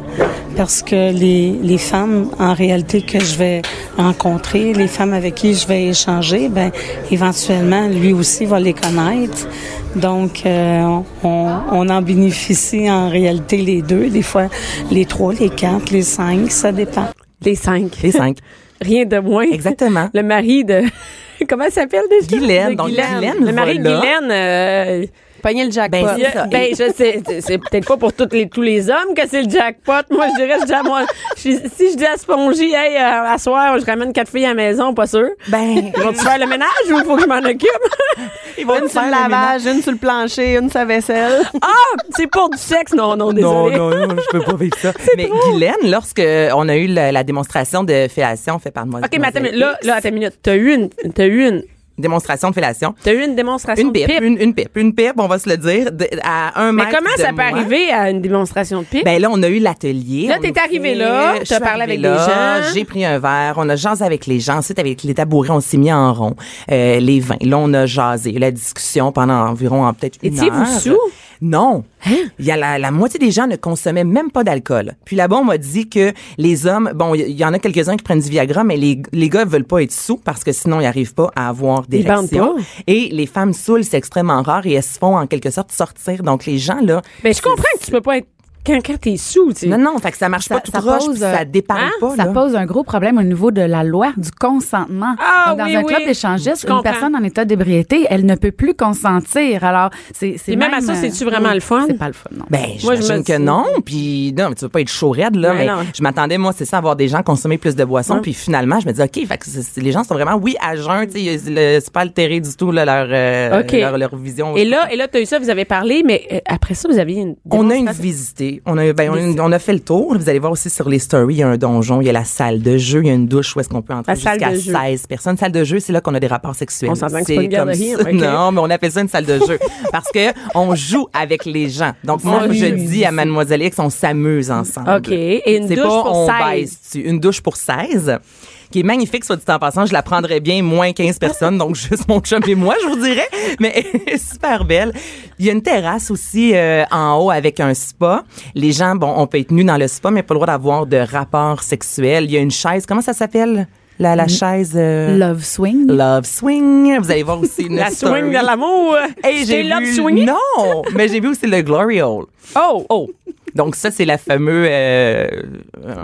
[SPEAKER 8] parce que les, les femmes en réalité que je vais rencontrer, les femmes avec qui je vais échanger, ben éventuellement lui aussi va les connaître. Donc euh, on, on en bénéficie en réalité les deux, des fois les trois, les quatre, les cinq, ça dépend.
[SPEAKER 3] Les cinq. <laughs>
[SPEAKER 4] Les cinq.
[SPEAKER 3] Rien de moins.
[SPEAKER 4] Exactement.
[SPEAKER 3] Le mari de <laughs> comment elle s'appelle déjà
[SPEAKER 4] Guylaine.
[SPEAKER 3] De
[SPEAKER 4] Donc, Guylaine
[SPEAKER 3] le mari de
[SPEAKER 4] va là.
[SPEAKER 3] Guylaine euh,
[SPEAKER 5] Pogner le jackpot.
[SPEAKER 4] Ben,
[SPEAKER 3] Il y a-
[SPEAKER 4] ça.
[SPEAKER 3] Ben, je sais, c'est- c'est peut-être pas pour toutes les, tous les hommes que c'est le jackpot. Moi, je dirais, je dis à moi, je suis- si je dis à Spongy, hey, euh, à soir, je ramène quatre filles à la maison, pas sûr. <laughs>
[SPEAKER 4] Ben,
[SPEAKER 3] Ils vont faire le ménage ou faut que je m'en occupe? Ils vont
[SPEAKER 5] une sur le lavage, une sur le plancher, une sur la vaisselle.
[SPEAKER 3] Ah! C'est pour du sexe? Non, non, désolé.
[SPEAKER 4] Non, non, non, je peux pas vivre ça. mais Guylaine, lorsque on a eu la, la démonstration de fellation faite par moi.
[SPEAKER 3] OK, mais attends, mais là, là, attends une minute. T'as eu une, t'as eu une,
[SPEAKER 4] Démonstration de fellation.
[SPEAKER 3] t'as eu une démonstration
[SPEAKER 4] Une
[SPEAKER 3] de
[SPEAKER 4] pipe,
[SPEAKER 3] pipe.
[SPEAKER 4] Une, une pipe, une pipe, on va se le dire, de- à un
[SPEAKER 3] Mais
[SPEAKER 4] mètre
[SPEAKER 3] comment
[SPEAKER 4] de
[SPEAKER 3] ça peut
[SPEAKER 4] moi.
[SPEAKER 3] arriver à une démonstration de pipe?
[SPEAKER 4] Ben là, on a eu l'atelier.
[SPEAKER 3] Là,
[SPEAKER 4] on
[SPEAKER 3] t'es
[SPEAKER 4] a
[SPEAKER 3] arrivé
[SPEAKER 4] fait-
[SPEAKER 3] là,
[SPEAKER 4] je
[SPEAKER 3] t'as
[SPEAKER 4] suis
[SPEAKER 3] parlé avec
[SPEAKER 4] arrivée
[SPEAKER 3] des
[SPEAKER 4] là,
[SPEAKER 3] gens.
[SPEAKER 4] J'ai pris un verre, on a jasé avec les gens. Ensuite, avec les tabourets, on s'est mis en rond. Euh, les vins, là, on a jasé. La discussion pendant environ en peut-être une heure.
[SPEAKER 3] Étiez-vous sous? Hein?
[SPEAKER 4] Non. Il y a la, la moitié des gens ne consommaient même pas d'alcool. Puis là-bas, on m'a dit que les hommes, bon, il y, y en a quelques-uns qui prennent du Viagra, mais les, les gars veulent pas être sous parce que sinon, ils n'arrivent pas à avoir des
[SPEAKER 3] Ils bandent pas.
[SPEAKER 4] Et les femmes saoules, c'est extrêmement rare et elles se font en quelque sorte sortir. Donc, les gens, là.
[SPEAKER 3] ben, je comprends que tu peux pas être, quand, quand t'es sous, tu sais.
[SPEAKER 4] Non, non, fait que ça marche
[SPEAKER 6] Ça-
[SPEAKER 4] pas tout
[SPEAKER 6] ça
[SPEAKER 4] proche,
[SPEAKER 6] pose,
[SPEAKER 4] puis ça
[SPEAKER 6] euh,
[SPEAKER 4] déparle
[SPEAKER 3] hein?
[SPEAKER 4] pas.
[SPEAKER 6] Ça
[SPEAKER 4] là.
[SPEAKER 6] pose un gros problème au niveau de la loi du consentement.
[SPEAKER 3] Ah,
[SPEAKER 6] Donc, dans
[SPEAKER 3] oui,
[SPEAKER 6] un
[SPEAKER 3] oui.
[SPEAKER 6] club d'échangistes,
[SPEAKER 3] Je
[SPEAKER 6] une
[SPEAKER 3] comprends.
[SPEAKER 6] personne en état d'ébriété, elle ne peut plus consentir. Alors, c'est c'est
[SPEAKER 3] Et même à ça,
[SPEAKER 6] euh,
[SPEAKER 3] c'est-tu vraiment le fun?
[SPEAKER 6] C'est pas le fun, non.
[SPEAKER 4] Ben,
[SPEAKER 3] Moi, je
[SPEAKER 4] j'imagine
[SPEAKER 3] me
[SPEAKER 4] que
[SPEAKER 3] dis-
[SPEAKER 4] non. Puis non, mais tu veux pas être chaud raide, là.
[SPEAKER 3] Ben
[SPEAKER 4] mais
[SPEAKER 3] non.
[SPEAKER 4] je m'attendais, moi, c'est ça, à voir des gens consommer plus de boissons. Puis finalement, je me dis, OK, fait que c'est- c'est- les gens sont vraiment, oui, à jeun. tu sais, le- C'est pas altéré du tout, là, leur, euh,
[SPEAKER 3] OK.
[SPEAKER 4] leur, leur vision.
[SPEAKER 3] Et là, et là, t'as eu ça, vous avez parlé, mais euh, après ça, vous aviez une
[SPEAKER 4] on a une
[SPEAKER 3] démonstration.
[SPEAKER 4] visitée. c'est, on a, ben, on, on a fait le tour. Vous allez voir aussi sur les stories, il y a un donjon, il y a la salle de jeu, il y a une douche où est-ce qu'on peut entrer
[SPEAKER 3] La salle
[SPEAKER 4] jusqu'à
[SPEAKER 3] de jeu.
[SPEAKER 4] 16 personnes. Salle de jeu, c'est là qu'on a des rapports sexuels.
[SPEAKER 3] On s'entend que c'est pas une
[SPEAKER 4] comme
[SPEAKER 3] garderie,
[SPEAKER 4] ça.
[SPEAKER 3] ok.
[SPEAKER 4] <laughs> Non, mais on appelle ça une salle de
[SPEAKER 3] <laughs>
[SPEAKER 4] jeu parce que on joue avec les gens. Donc moi,
[SPEAKER 3] s'amuse.
[SPEAKER 4] je dis à Mademoiselle X, on s'amuse ensemble.
[SPEAKER 3] OK. Et une
[SPEAKER 4] C'est
[SPEAKER 3] douche
[SPEAKER 4] pas
[SPEAKER 3] pour
[SPEAKER 4] on
[SPEAKER 3] 16.
[SPEAKER 4] baise dessus. Une douche pour 16 qui est magnifique, soit dit en passant. Je la prendrais bien,
[SPEAKER 3] <laughs>
[SPEAKER 4] moins 15 personnes, donc juste mon chum et moi, je vous dirais. Mais super belle. Il y a une terrasse aussi euh, en haut avec un spa. Les gens, bon, on peut être nus dans le spa, mais pas le droit d'avoir de rapport sexuel. Il y a une chaise, comment ça s'appelle? La,
[SPEAKER 3] Mm.
[SPEAKER 4] la chaise... euh,
[SPEAKER 6] Love swing.
[SPEAKER 4] Love Swing. Vous allez voir
[SPEAKER 3] <laughs>
[SPEAKER 4] aussi une
[SPEAKER 3] La
[SPEAKER 4] story.
[SPEAKER 3] swing de l'amour.
[SPEAKER 4] Hey, j'ai
[SPEAKER 3] T'es love
[SPEAKER 4] vu-
[SPEAKER 3] swingé?
[SPEAKER 4] Non, mais j'ai vu aussi le Glory Hole.
[SPEAKER 3] Oh! oh.
[SPEAKER 4] Donc ça, c'est la fameuse... euh,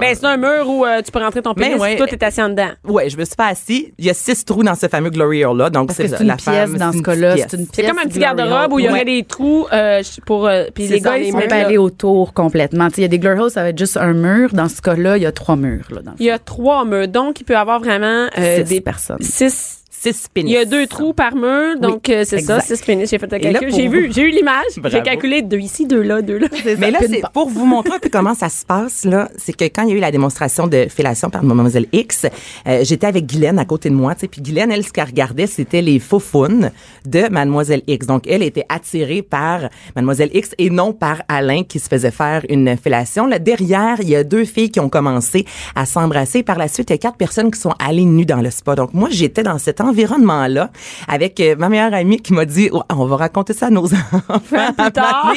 [SPEAKER 3] Ben, c'est un mur où euh, tu peux rentrer ton
[SPEAKER 4] Ben
[SPEAKER 3] pénis et
[SPEAKER 4] ouais.
[SPEAKER 3] toi, t'es assis en dedans.
[SPEAKER 4] Ouais, je me suis pas assis. Il y a six trous dans ce fameux Glory Hole-là. Donc,
[SPEAKER 6] Parce que
[SPEAKER 4] ça,
[SPEAKER 6] c'est une
[SPEAKER 4] la
[SPEAKER 6] pièce
[SPEAKER 4] femme,
[SPEAKER 6] dans
[SPEAKER 4] c'est
[SPEAKER 6] ce
[SPEAKER 4] une
[SPEAKER 6] cas-là.
[SPEAKER 4] petite
[SPEAKER 6] C'est une
[SPEAKER 4] pièce.
[SPEAKER 3] C'est
[SPEAKER 6] pièce
[SPEAKER 3] comme un petit
[SPEAKER 6] du glory
[SPEAKER 3] garde-robe où il y
[SPEAKER 6] hole.
[SPEAKER 3] aurait
[SPEAKER 6] Ouais.
[SPEAKER 3] des trous euh, pour... euh, puis
[SPEAKER 4] C'est
[SPEAKER 3] les
[SPEAKER 4] ça,
[SPEAKER 3] gars, ils
[SPEAKER 4] les
[SPEAKER 3] se
[SPEAKER 6] On
[SPEAKER 3] mettent
[SPEAKER 6] peut
[SPEAKER 3] là.
[SPEAKER 6] aller autour complètement. Tu sais, Il y a des glory holes, ça va être juste un mur. Dans ce cas-là, il y a trois murs. Là, dans le
[SPEAKER 3] Il y a trois murs, donc il peut y avoir vraiment euh,
[SPEAKER 6] Six
[SPEAKER 3] des
[SPEAKER 6] personnes.
[SPEAKER 3] Six.
[SPEAKER 4] Six pénis.
[SPEAKER 3] Il y a deux trous par mur, donc euh, c'est ça,
[SPEAKER 6] exact.
[SPEAKER 3] six pénis. J'ai fait le
[SPEAKER 4] Et là,
[SPEAKER 3] calcul.
[SPEAKER 4] pour
[SPEAKER 3] J'ai vu,
[SPEAKER 4] vous-
[SPEAKER 3] j'ai eu l'image. J'ai
[SPEAKER 4] Bravo.
[SPEAKER 3] calculé deux ici, deux là, deux
[SPEAKER 4] <laughs>
[SPEAKER 3] là.
[SPEAKER 4] Mais là, c'est pour vous montrer un peu comment ça se passe, là, c'est que quand il y a eu la démonstration de fellation par mademoiselle X, euh, j'étais avec Guylaine à côté de moi, tu sais, puis Guylaine, elle, ce qu'elle regardait, c'était les faufounes de mademoiselle X. Donc, elle était attirée par mademoiselle X et non par Alain qui se faisait faire une fellation. Là, derrière, il y a deux filles qui ont commencé à s'embrasser. Par la suite, il y a quatre personnes qui sont allées nues dans le spa. Donc, moi, j'étais dans cet environnement-là avec euh, ma meilleure amie qui m'a dit, Oh, on va raconter ça à nos <laughs> enfants.
[SPEAKER 3] Plus tard.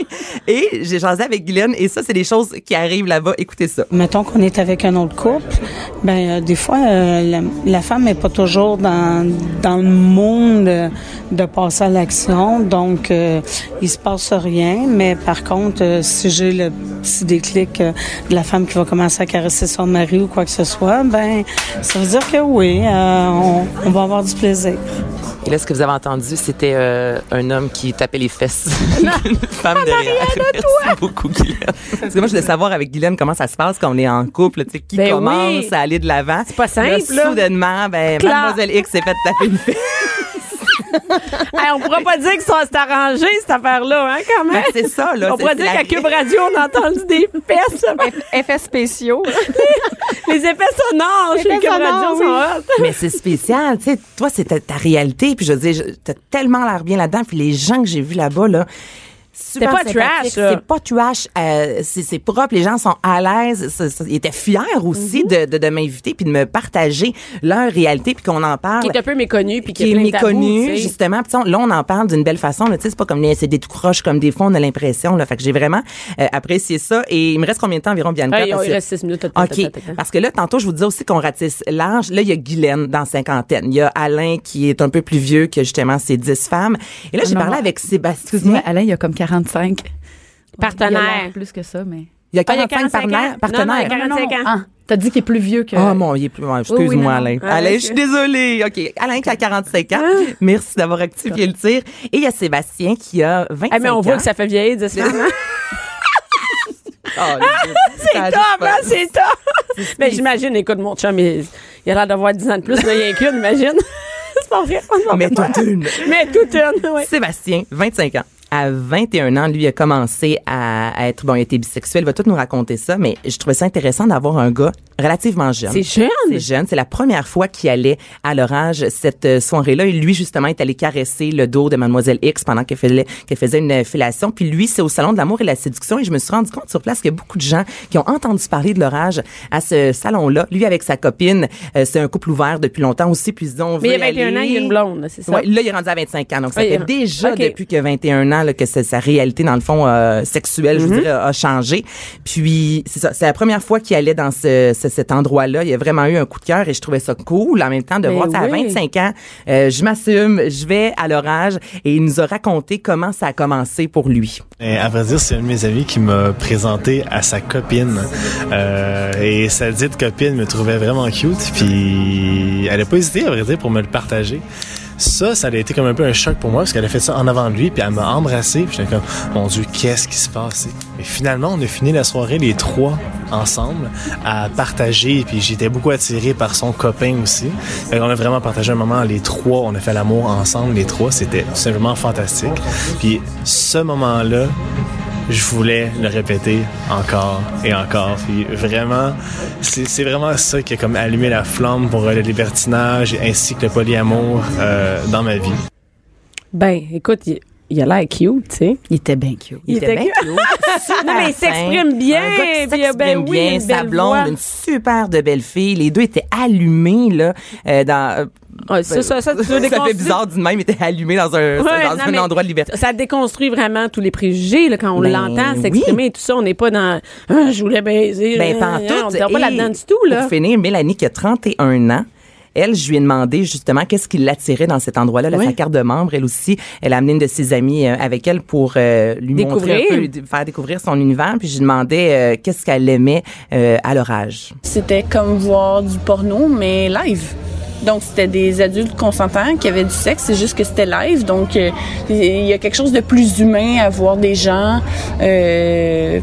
[SPEAKER 4] Et j'ai jasé avec Guylaine et ça, c'est des choses qui arrivent là-bas. Écoutez ça.
[SPEAKER 8] Mettons qu'on est avec un autre couple, ben euh, des fois euh, la, la femme n'est pas toujours dans, dans le monde euh, de passer à l'action, donc euh, il se passe rien. Mais par contre, euh, si j'ai le petit déclic euh, de la femme qui va commencer à caresser son mari ou quoi que ce soit, ben ça veut dire que oui, euh, on, on va avoir du plaisir.
[SPEAKER 9] Et là, ce que vous avez entendu, c'était euh, un homme qui tapait les fesses.
[SPEAKER 3] <laughs>
[SPEAKER 9] Une femme derrière. Merci beaucoup, Guylaine.
[SPEAKER 4] Parce que moi, je voulais savoir avec Guylaine comment ça se passe quand on est en couple, tu sais, qui
[SPEAKER 3] Ben
[SPEAKER 4] commence
[SPEAKER 3] oui.
[SPEAKER 4] à aller de l'avant. C'est
[SPEAKER 3] pas simple, là.
[SPEAKER 4] soudainement, ben,
[SPEAKER 3] Claire.
[SPEAKER 4] Mademoiselle X s'est fait taper
[SPEAKER 3] <laughs>
[SPEAKER 4] une fesse.
[SPEAKER 3] Hey, on pourra pas dire que ça s'est arrangé, cette affaire-là, hein, quand même.
[SPEAKER 4] Ben, c'est ça, là.
[SPEAKER 3] on
[SPEAKER 4] C'est-
[SPEAKER 3] pourra
[SPEAKER 4] c'est
[SPEAKER 3] dire
[SPEAKER 4] la-
[SPEAKER 3] qu'à Cube Radio, on a entendu des fesses.
[SPEAKER 5] Effets spéciaux.
[SPEAKER 3] <laughs> les effets sonores chez
[SPEAKER 5] Effets
[SPEAKER 3] Cube Radio
[SPEAKER 5] sonores,
[SPEAKER 3] sont
[SPEAKER 5] oui.
[SPEAKER 3] hot.
[SPEAKER 4] Mais c'est spécial, tu sais. Toi, c'est ta, ta réalité. Puis je veux dire, je- t'as tellement l'air bien là-dedans. Puis les gens que j'ai vus là-bas, là. C'était
[SPEAKER 3] pas trash, là.
[SPEAKER 4] C'est pas trash. euh, c'est c'est propre. Les gens sont à l'aise. Ça- ça- Ils étaient fiers aussi
[SPEAKER 3] Mhm.
[SPEAKER 4] de, de, de m'inviter puis de me partager leur réalité puis qu'on en parle.
[SPEAKER 3] Qui est un peu méconnu, puis qui,
[SPEAKER 4] qui est
[SPEAKER 3] a plein de tabous,
[SPEAKER 4] méconnu,
[SPEAKER 3] tu sais.
[SPEAKER 4] justement. Puis, tu sais, là, on en parle d'une belle façon. là, Tu sais, c'est pas comme les- c'est des tout croches comme des fois, on a l'impression. Là, fait que j'ai vraiment euh, apprécié ça. Et il me reste combien de temps environ, Bianca?
[SPEAKER 3] Hey,
[SPEAKER 4] Parce
[SPEAKER 3] il
[SPEAKER 4] que-
[SPEAKER 3] reste six minutes. Attends, attends,
[SPEAKER 4] OK.
[SPEAKER 3] attends, attends.
[SPEAKER 4] Parce que là, tantôt, je vous disais aussi qu'on ratisse l'âge. Là, il y a Guylaine dans cinquantaine. Il y a Alain qui est un peu plus vieux que justement ces dix femmes. Et
[SPEAKER 3] Ah,
[SPEAKER 4] là, j'ai
[SPEAKER 6] Non,
[SPEAKER 4] parlé
[SPEAKER 6] non.
[SPEAKER 4] avec Sébastien.
[SPEAKER 6] Excuse-moi, Alain, il y a comme 45.
[SPEAKER 3] Partenaire.
[SPEAKER 6] Il a l'air plus que ça, mais.
[SPEAKER 4] Il y a
[SPEAKER 3] Ah, il y a
[SPEAKER 4] 45
[SPEAKER 3] 45
[SPEAKER 4] partenaires.
[SPEAKER 3] ans.
[SPEAKER 4] partenaires.
[SPEAKER 3] Non, non, 45 ans.
[SPEAKER 6] Ah, t'as dit qu'il est plus vieux que.
[SPEAKER 4] Ah mon, il est plus. ouais, Excuse-moi,
[SPEAKER 6] Oui, oui, non, non.
[SPEAKER 4] Alain.
[SPEAKER 3] Ah,
[SPEAKER 4] Alain,
[SPEAKER 3] ok.
[SPEAKER 4] je suis désolée. OK. Alain qui a 45 ans. Merci d'avoir activé le tir. Et il y a Sébastien qui a 25 ans.
[SPEAKER 3] Hey, Ah, mais on voit que <laughs> ça fait vieillir, dix femmes.
[SPEAKER 4] Ah,
[SPEAKER 3] <laughs> C'est
[SPEAKER 4] ça a
[SPEAKER 3] top,
[SPEAKER 4] juste pas-
[SPEAKER 3] hein, c'est top. Mais j'imagine, écoute, mon chum, il, il a l'air d'avoir 10 ans de plus, là, il y a qu'une, imagine. <laughs> c'est pas vrai. c'est pas
[SPEAKER 4] Mais
[SPEAKER 3] vrai.
[SPEAKER 4] toute une.
[SPEAKER 3] Mais tout une, oui.
[SPEAKER 4] Sébastien, 25 ans. À 21 ans, lui a commencé à à être, bon, il était bisexuel, il va tout nous raconter ça, mais je trouvais ça intéressant d'avoir un gars relativement jeune.
[SPEAKER 3] C'est jeune?
[SPEAKER 4] C'est jeune. C'est la première fois qu'il allait à l'orage cette euh, soirée-là. Et lui, justement, est allé caresser le dos de Mademoiselle X pendant qu'elle faisait, qu'elle faisait une fellation. Puis lui, c'est au Salon de l'amour et de la séduction. Et je me suis rendu compte sur place qu'il y a beaucoup de gens qui ont entendu parler de l'orage à ce salon-là. Lui, avec sa copine, euh, c'est un couple ouvert depuis longtemps aussi. Puis ils se disent, on
[SPEAKER 3] Mais il y a
[SPEAKER 4] veut y
[SPEAKER 3] 21 ans, il y a
[SPEAKER 4] aller.
[SPEAKER 3] une blonde, c'est ça?
[SPEAKER 4] Ouais, là, il est rendu à 25 ans. Donc, ça
[SPEAKER 3] Ouais, il
[SPEAKER 4] fait
[SPEAKER 3] est-
[SPEAKER 4] déjà
[SPEAKER 3] OK.
[SPEAKER 4] depuis que 21 ans là, que sa- sa réalité, dans le fond, euh, sexuelle, je
[SPEAKER 3] Mm-hmm.
[SPEAKER 4] vous dirais, a a changé. Puis, c'est ça. C'est la première fois qu'il allait dans ce, ce- cet endroit-là. Il a vraiment eu un coup de cœur et je trouvais ça cool en même temps de
[SPEAKER 3] Ben
[SPEAKER 4] voir ça à
[SPEAKER 3] oui.
[SPEAKER 4] 25 ans. euh, je m'assume, je vais à l'orage et il nous a raconté comment ça a commencé pour lui.
[SPEAKER 10] Et à vrai dire, c'est un de mes amis qui m'a présenté à sa copine. Euh, et sa dite copine me trouvait vraiment cute, puis elle n'a pas hésité, à vrai dire, pour me le partager. Ça, ça a été comme un peu un choc pour moi, parce qu'elle a fait ça en avant de lui, puis elle m'a embrassé, puis j'étais comme, mon Dieu, qu'est-ce qui se passe? Et finalement, on a fini la soirée, les trois, ensemble, à partager, puis j'étais beaucoup attiré par son copain aussi. on a vraiment partagé un moment, les trois, on a fait l'amour ensemble, les trois, c'était tout simplement fantastique. Puis ce moment-là, je voulais le répéter encore et encore. Puis vraiment, c'est c'est vraiment ça qui a comme allumé la flamme pour euh, le libertinage ainsi que le polyamour euh, dans ma vie.
[SPEAKER 3] Ben, écoute, il, il a l'air cute, tu sais.
[SPEAKER 6] Il était bien cute.
[SPEAKER 3] Il était bien
[SPEAKER 4] cute. <laughs>
[SPEAKER 3] Non, mais il s'exprime bien.
[SPEAKER 4] Un gars qui
[SPEAKER 3] puis, euh,
[SPEAKER 4] s'exprime
[SPEAKER 3] ben oui,
[SPEAKER 4] bien,
[SPEAKER 3] une
[SPEAKER 4] sa
[SPEAKER 3] belle
[SPEAKER 4] blonde,
[SPEAKER 3] voix.
[SPEAKER 4] une super de belle fille. Les deux étaient allumés, là, euh, dans... euh,
[SPEAKER 3] Ah, c'est
[SPEAKER 4] ben,
[SPEAKER 3] ça,
[SPEAKER 4] <laughs>
[SPEAKER 3] ça, tu veux
[SPEAKER 4] fait
[SPEAKER 3] déconstruire-
[SPEAKER 4] bizarre d'une même, étaient allumés dans un,
[SPEAKER 3] Ouais,
[SPEAKER 4] dans
[SPEAKER 3] non,
[SPEAKER 4] un
[SPEAKER 3] mais
[SPEAKER 4] endroit de liberté.
[SPEAKER 3] Ça déconstruit vraiment tous les préjugés là, quand on
[SPEAKER 4] Ben
[SPEAKER 3] l'entend
[SPEAKER 4] oui.
[SPEAKER 3] s'exprimer et tout ça. On n'est pas dans Ah, je voulais baiser.
[SPEAKER 4] Ben,
[SPEAKER 3] euh,
[SPEAKER 4] pantoute.
[SPEAKER 3] On ne pas
[SPEAKER 4] Et
[SPEAKER 3] là-dedans du tout. Là.
[SPEAKER 4] Pour finir, Mélanie, qui a 31 ans, elle, je lui ai demandé justement qu'est-ce qui l'attirait dans cet endroit-là. Elle a
[SPEAKER 3] Ouais.
[SPEAKER 4] sa carte de membre, elle aussi. Elle a amené une de ses amies euh, avec elle pour euh, lui montrer un peu,
[SPEAKER 3] Découvrir.
[SPEAKER 4] lui faire découvrir son univers. Puis je lui demandais euh, qu'est-ce qu'elle aimait euh, à l'orage.
[SPEAKER 11] C'était comme voir du porno, mais live. Donc, c'était des adultes consentants qui avaient du sexe, c'est juste que c'était live. Donc, euh, il y a quelque chose de plus humain à voir des gens euh,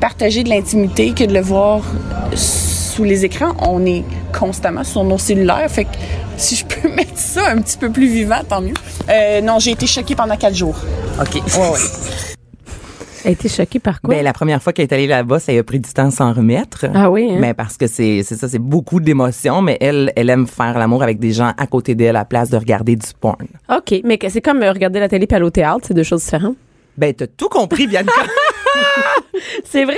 [SPEAKER 11] partager de l'intimité que de le voir sous les écrans. On est constamment sur nos cellulaires. Fait que si je peux <laughs> mettre ça un petit peu plus vivant, tant mieux. Euh, non, j'ai été choquée pendant quatre jours.
[SPEAKER 4] OK.
[SPEAKER 3] Elle a été choquée par quoi?
[SPEAKER 4] Ben, la première fois qu'elle est allée là-bas, ça lui a pris du temps à s'en remettre.
[SPEAKER 3] Ah oui, hein?
[SPEAKER 4] Mais parce que c'est c'est ça, c'est beaucoup d'émotions, mais elle, elle aime faire l'amour avec des gens à côté d'elle à la place de regarder du porn.
[SPEAKER 3] OK, mais que- c'est comme euh, regarder la télé et aller au théâtre, c'est deux choses différentes.
[SPEAKER 4] Ben, t'as tout compris, Bianca.
[SPEAKER 3] C'est vrai!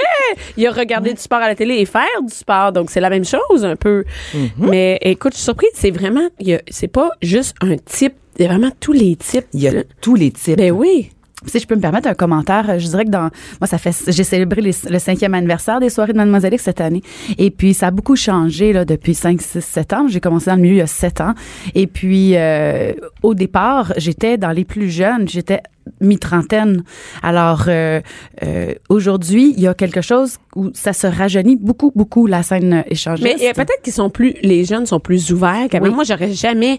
[SPEAKER 3] Il a regardé du sport à la télé et faire du sport, donc c'est la même chose un peu.
[SPEAKER 4] Mm-hmm.
[SPEAKER 3] Mais écoute, je suis surprise, c'est vraiment, il y a- c'est pas juste un type, il y a vraiment tous les types.
[SPEAKER 4] <laughs> Il y a tous les types.
[SPEAKER 3] Ben oui!
[SPEAKER 6] Puis Si je peux me permettre un commentaire, euh, je dirais que dans moi ça fait j'ai célébré les- le cinquième anniversaire des soirées de Mademoiselle X cette année et puis ça a beaucoup changé là depuis 5 6 7 ans, j'ai commencé dans le milieu il y a 7 ans et puis euh, au départ, j'étais dans les plus jeunes, j'étais mi-trentaine. Alors euh, euh, aujourd'hui, il y a quelque chose où ça se rajeunit beaucoup beaucoup la scène échangiste.
[SPEAKER 3] Mais euh, peut-être qu'ils sont plus, les jeunes sont plus ouverts. qu'avant.
[SPEAKER 6] Oui.
[SPEAKER 3] Moi, j'aurais jamais,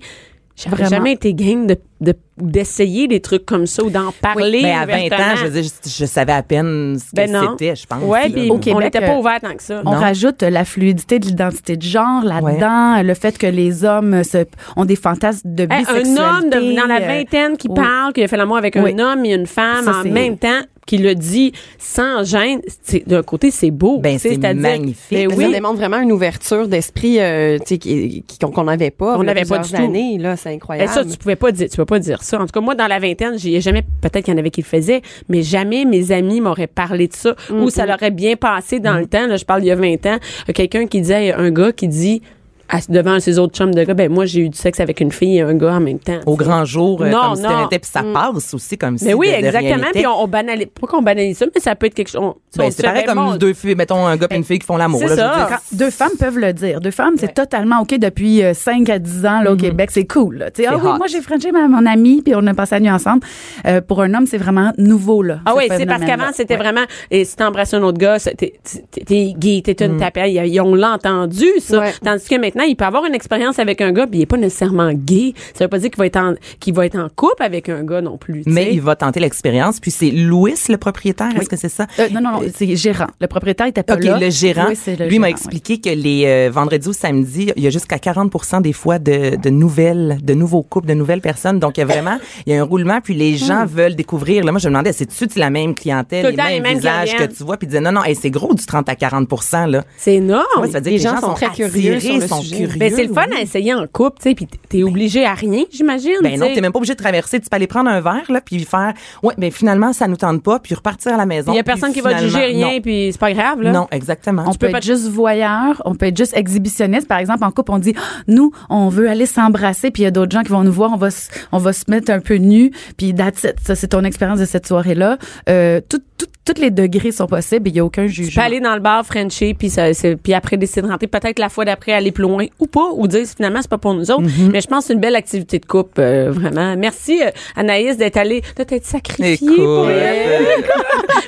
[SPEAKER 3] j'aurais
[SPEAKER 6] Vraiment.
[SPEAKER 3] jamais été game de, de- d'essayer des trucs comme ça ou d'en parler.
[SPEAKER 4] Mais à 20 ans,
[SPEAKER 3] ouvertement.
[SPEAKER 4] je veux dire, je, je savais à peine ce que
[SPEAKER 3] Ben non.
[SPEAKER 4] c'était, je pense.
[SPEAKER 3] Ouais,
[SPEAKER 4] là.
[SPEAKER 3] puis
[SPEAKER 6] Au
[SPEAKER 3] on
[SPEAKER 6] Québec,
[SPEAKER 3] n'était pas
[SPEAKER 6] euh,
[SPEAKER 3] ouverts tant que ça.
[SPEAKER 6] On
[SPEAKER 4] Non.
[SPEAKER 6] rajoute euh, la fluidité de l'identité de genre là-dedans, le fait que les hommes euh, se, ont des fantasmes de
[SPEAKER 3] Hey,
[SPEAKER 6] bisexualité.
[SPEAKER 3] Hein, un homme de- dans la
[SPEAKER 6] euh,
[SPEAKER 3] vingtaine qui
[SPEAKER 6] oui.
[SPEAKER 3] parle, qui a fait l'amour avec
[SPEAKER 6] Oui.
[SPEAKER 3] un homme et une femme
[SPEAKER 6] Ça,
[SPEAKER 3] en
[SPEAKER 6] c'est-
[SPEAKER 3] même temps, qui le dit sans gêne, c'est- d'un côté, c'est beau.
[SPEAKER 4] Ben,
[SPEAKER 3] tu sais,
[SPEAKER 4] c'est
[SPEAKER 3] c'est-à-dire-
[SPEAKER 4] magnifique.
[SPEAKER 3] Ben
[SPEAKER 5] Ça
[SPEAKER 3] oui.
[SPEAKER 5] démontre vraiment une ouverture d'esprit euh, tu sais, qui- qui- qu'on n'avait
[SPEAKER 3] On
[SPEAKER 5] pas. il y a
[SPEAKER 3] n'avait pas
[SPEAKER 5] plusieurs
[SPEAKER 3] du tout.
[SPEAKER 5] années, là, c'est
[SPEAKER 3] Ben,
[SPEAKER 5] incroyable.
[SPEAKER 3] ça, tu pouvais pas dire, tu peux pas dire ça. En tout cas, moi, dans la vingtaine, j'y ai jamais, peut-être qu'il y en avait qui le faisaient, mais jamais mes amis m'auraient parlé de ça, ou ça l'aurait bien passé dans le temps, là, je parle il y a 20 ans, euh, quelqu'un qui disait, un gars qui dit, à- devant ses autres chums de gars, ben, moi, j'ai eu du sexe avec une fille et un gars en même temps.
[SPEAKER 4] Au grand jour, euh,
[SPEAKER 3] Non,
[SPEAKER 4] comme si de
[SPEAKER 3] non. Mm.
[SPEAKER 4] rien n'était, puis ça passe aussi comme si
[SPEAKER 3] Mais oui,
[SPEAKER 4] de- de rien
[SPEAKER 3] exactement.
[SPEAKER 4] n'était.
[SPEAKER 3] Puis on, on banalise, pas qu'on banalise ça, mais ça peut être quelque chose. on- tu sais, on
[SPEAKER 4] Ben,
[SPEAKER 3] se
[SPEAKER 4] c'est
[SPEAKER 3] fait,
[SPEAKER 4] pareil
[SPEAKER 3] ben,
[SPEAKER 4] comme
[SPEAKER 3] mon-
[SPEAKER 4] deux filles, mettons un gars et une fille qui font l'amour.
[SPEAKER 3] C'est
[SPEAKER 4] là, je veux
[SPEAKER 3] ça.
[SPEAKER 4] dire.
[SPEAKER 6] Deux femmes peuvent le dire. Deux femmes, c'est totalement OK depuis 5 à 10 ans là, au Québec. C'est cool. là. Tu sais, Ah
[SPEAKER 4] Mhm. C'est
[SPEAKER 6] oui,
[SPEAKER 4] hot.
[SPEAKER 6] moi, j'ai frenché ma, mon amie, puis on a passé la nuit ensemble. Euh, pour un homme, c'est vraiment nouveau. Là,
[SPEAKER 3] Ah
[SPEAKER 6] ce
[SPEAKER 3] oui, c'est parce
[SPEAKER 6] phénomène-là.
[SPEAKER 3] qu'avant, c'était
[SPEAKER 6] Ouais.
[SPEAKER 3] vraiment, et si t'embrasses un autre gars, c'est- t'es t'es- t'es gay, t'es
[SPEAKER 4] Mm.
[SPEAKER 3] une tapette. Ils, ils ont l'entendu, ça.
[SPEAKER 5] Ouais.
[SPEAKER 3] Tandis que maintenant, il peut avoir une expérience avec un gars, puis il est pas nécessairement gay. Ça veut pas dire qu'il va être en, qu'il va être en couple avec un gars non plus. tu
[SPEAKER 4] Mais
[SPEAKER 3] sais.
[SPEAKER 4] il va tenter l'expérience. Puis c'est Louis, le propriétaire, est-ce que c'est ça?
[SPEAKER 6] Euh, non, non, non, c'est gérant. Le propriétaire était pas
[SPEAKER 4] OK,
[SPEAKER 6] là.
[SPEAKER 4] le gérant,
[SPEAKER 6] Oui, c'est le
[SPEAKER 4] lui m'a
[SPEAKER 6] gérant,
[SPEAKER 4] expliqué que les euh, vendredis ou samedis, il y a jusqu'à 40 des fois de, de nouvelles, de nouveaux couples, de nouvelles personnes. Donc, il y
[SPEAKER 3] <laughs>
[SPEAKER 4] a vraiment, il y a un roulement, puis les gens veulent découvrir. Là, moi, je me demandais, c'est-tu la même clientèle,
[SPEAKER 3] Hmm. Tout le
[SPEAKER 4] les
[SPEAKER 3] temps, les
[SPEAKER 4] mêmes
[SPEAKER 3] mêmes
[SPEAKER 4] visages que
[SPEAKER 3] clients.
[SPEAKER 4] tu vois? Puis ils disaient, non, non, hey, c'est gros du 30 à 40 là.
[SPEAKER 3] C'est énorme.
[SPEAKER 4] Ouais, ça veut dire que les gens sont,
[SPEAKER 5] très
[SPEAKER 4] attirés,
[SPEAKER 5] curieux sur le
[SPEAKER 4] sont
[SPEAKER 5] sujet.
[SPEAKER 4] curieux.
[SPEAKER 3] Ben, c'est le fun
[SPEAKER 4] oui.
[SPEAKER 3] à essayer en couple, tu sais, puis t'es obligé à rien, j'imagine.
[SPEAKER 4] Ben non,
[SPEAKER 3] tu sais.
[SPEAKER 4] t'es même pas obligé de traverser. Tu peux aller prendre un verre là, puis faire. Ouais, mais finalement, ça nous tente pas, puis repartir à la maison.
[SPEAKER 3] Il y a
[SPEAKER 4] puis
[SPEAKER 3] personne qui va
[SPEAKER 4] finalement-
[SPEAKER 3] juger rien,
[SPEAKER 4] Non.
[SPEAKER 3] puis c'est pas grave, là.
[SPEAKER 4] Non, exactement.
[SPEAKER 6] On
[SPEAKER 4] Tu
[SPEAKER 6] peut
[SPEAKER 4] peux
[SPEAKER 6] être juste voyeur, on peut être juste exhibitionniste. Par exemple, en couple, on dit, nous, on veut aller s'embrasser, puis il y a d'autres gens qui vont nous voir, on va se, on va se mettre un peu nus, puis that's it. Ça, c'est ton expérience de cette soirée-là. Euh, tout, tout- tous les degrés sont possibles, il n'y a aucun jugement.
[SPEAKER 3] Tu peux aller dans le bar, Frenchie, puis ça- c'est- puis après décider de rentrer, peut-être la fois d'après aller plus loin ou pas, ou dire finalement c'est pas pour nous autres.
[SPEAKER 4] Mm-hmm.
[SPEAKER 3] Mais je pense que c'est une belle activité de couple, euh, vraiment. Merci euh, Anaïs d'être allée, de t'être sacrifiée
[SPEAKER 4] Écoute.
[SPEAKER 3] pour elle.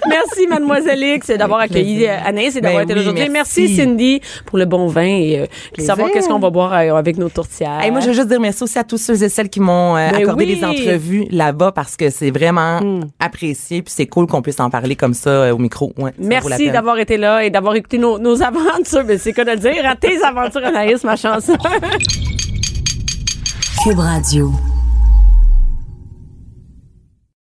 [SPEAKER 3] Merci Mademoiselle
[SPEAKER 4] <laughs>
[SPEAKER 3] X d'avoir accueilli euh, Anaïs et d'avoir
[SPEAKER 4] Ben
[SPEAKER 3] été
[SPEAKER 4] oui,
[SPEAKER 3] là aujourd'hui. Merci.
[SPEAKER 4] merci.
[SPEAKER 3] Cindy pour le bon vin et euh, de savoir qu'est-ce qu'on va boire euh, avec nos tourtières.
[SPEAKER 4] Hey, moi, je veux juste dire merci aussi à tous ceux et celles qui m'ont euh,
[SPEAKER 3] Ben
[SPEAKER 4] accordé
[SPEAKER 3] oui. Hmm.
[SPEAKER 4] les entrevues là-bas parce que c'est vraiment apprécié puis c'est cool qu'on puisse en parler comme ça euh, au micro. Ouais, ça vaut la
[SPEAKER 3] Merci
[SPEAKER 4] peine.
[SPEAKER 3] d'avoir été là et d'avoir écouté nos, nos aventures. Mais c'est quoi de le hein. dire? À tes aventures, Anaïs, ma chanson.
[SPEAKER 1] Cube Radio.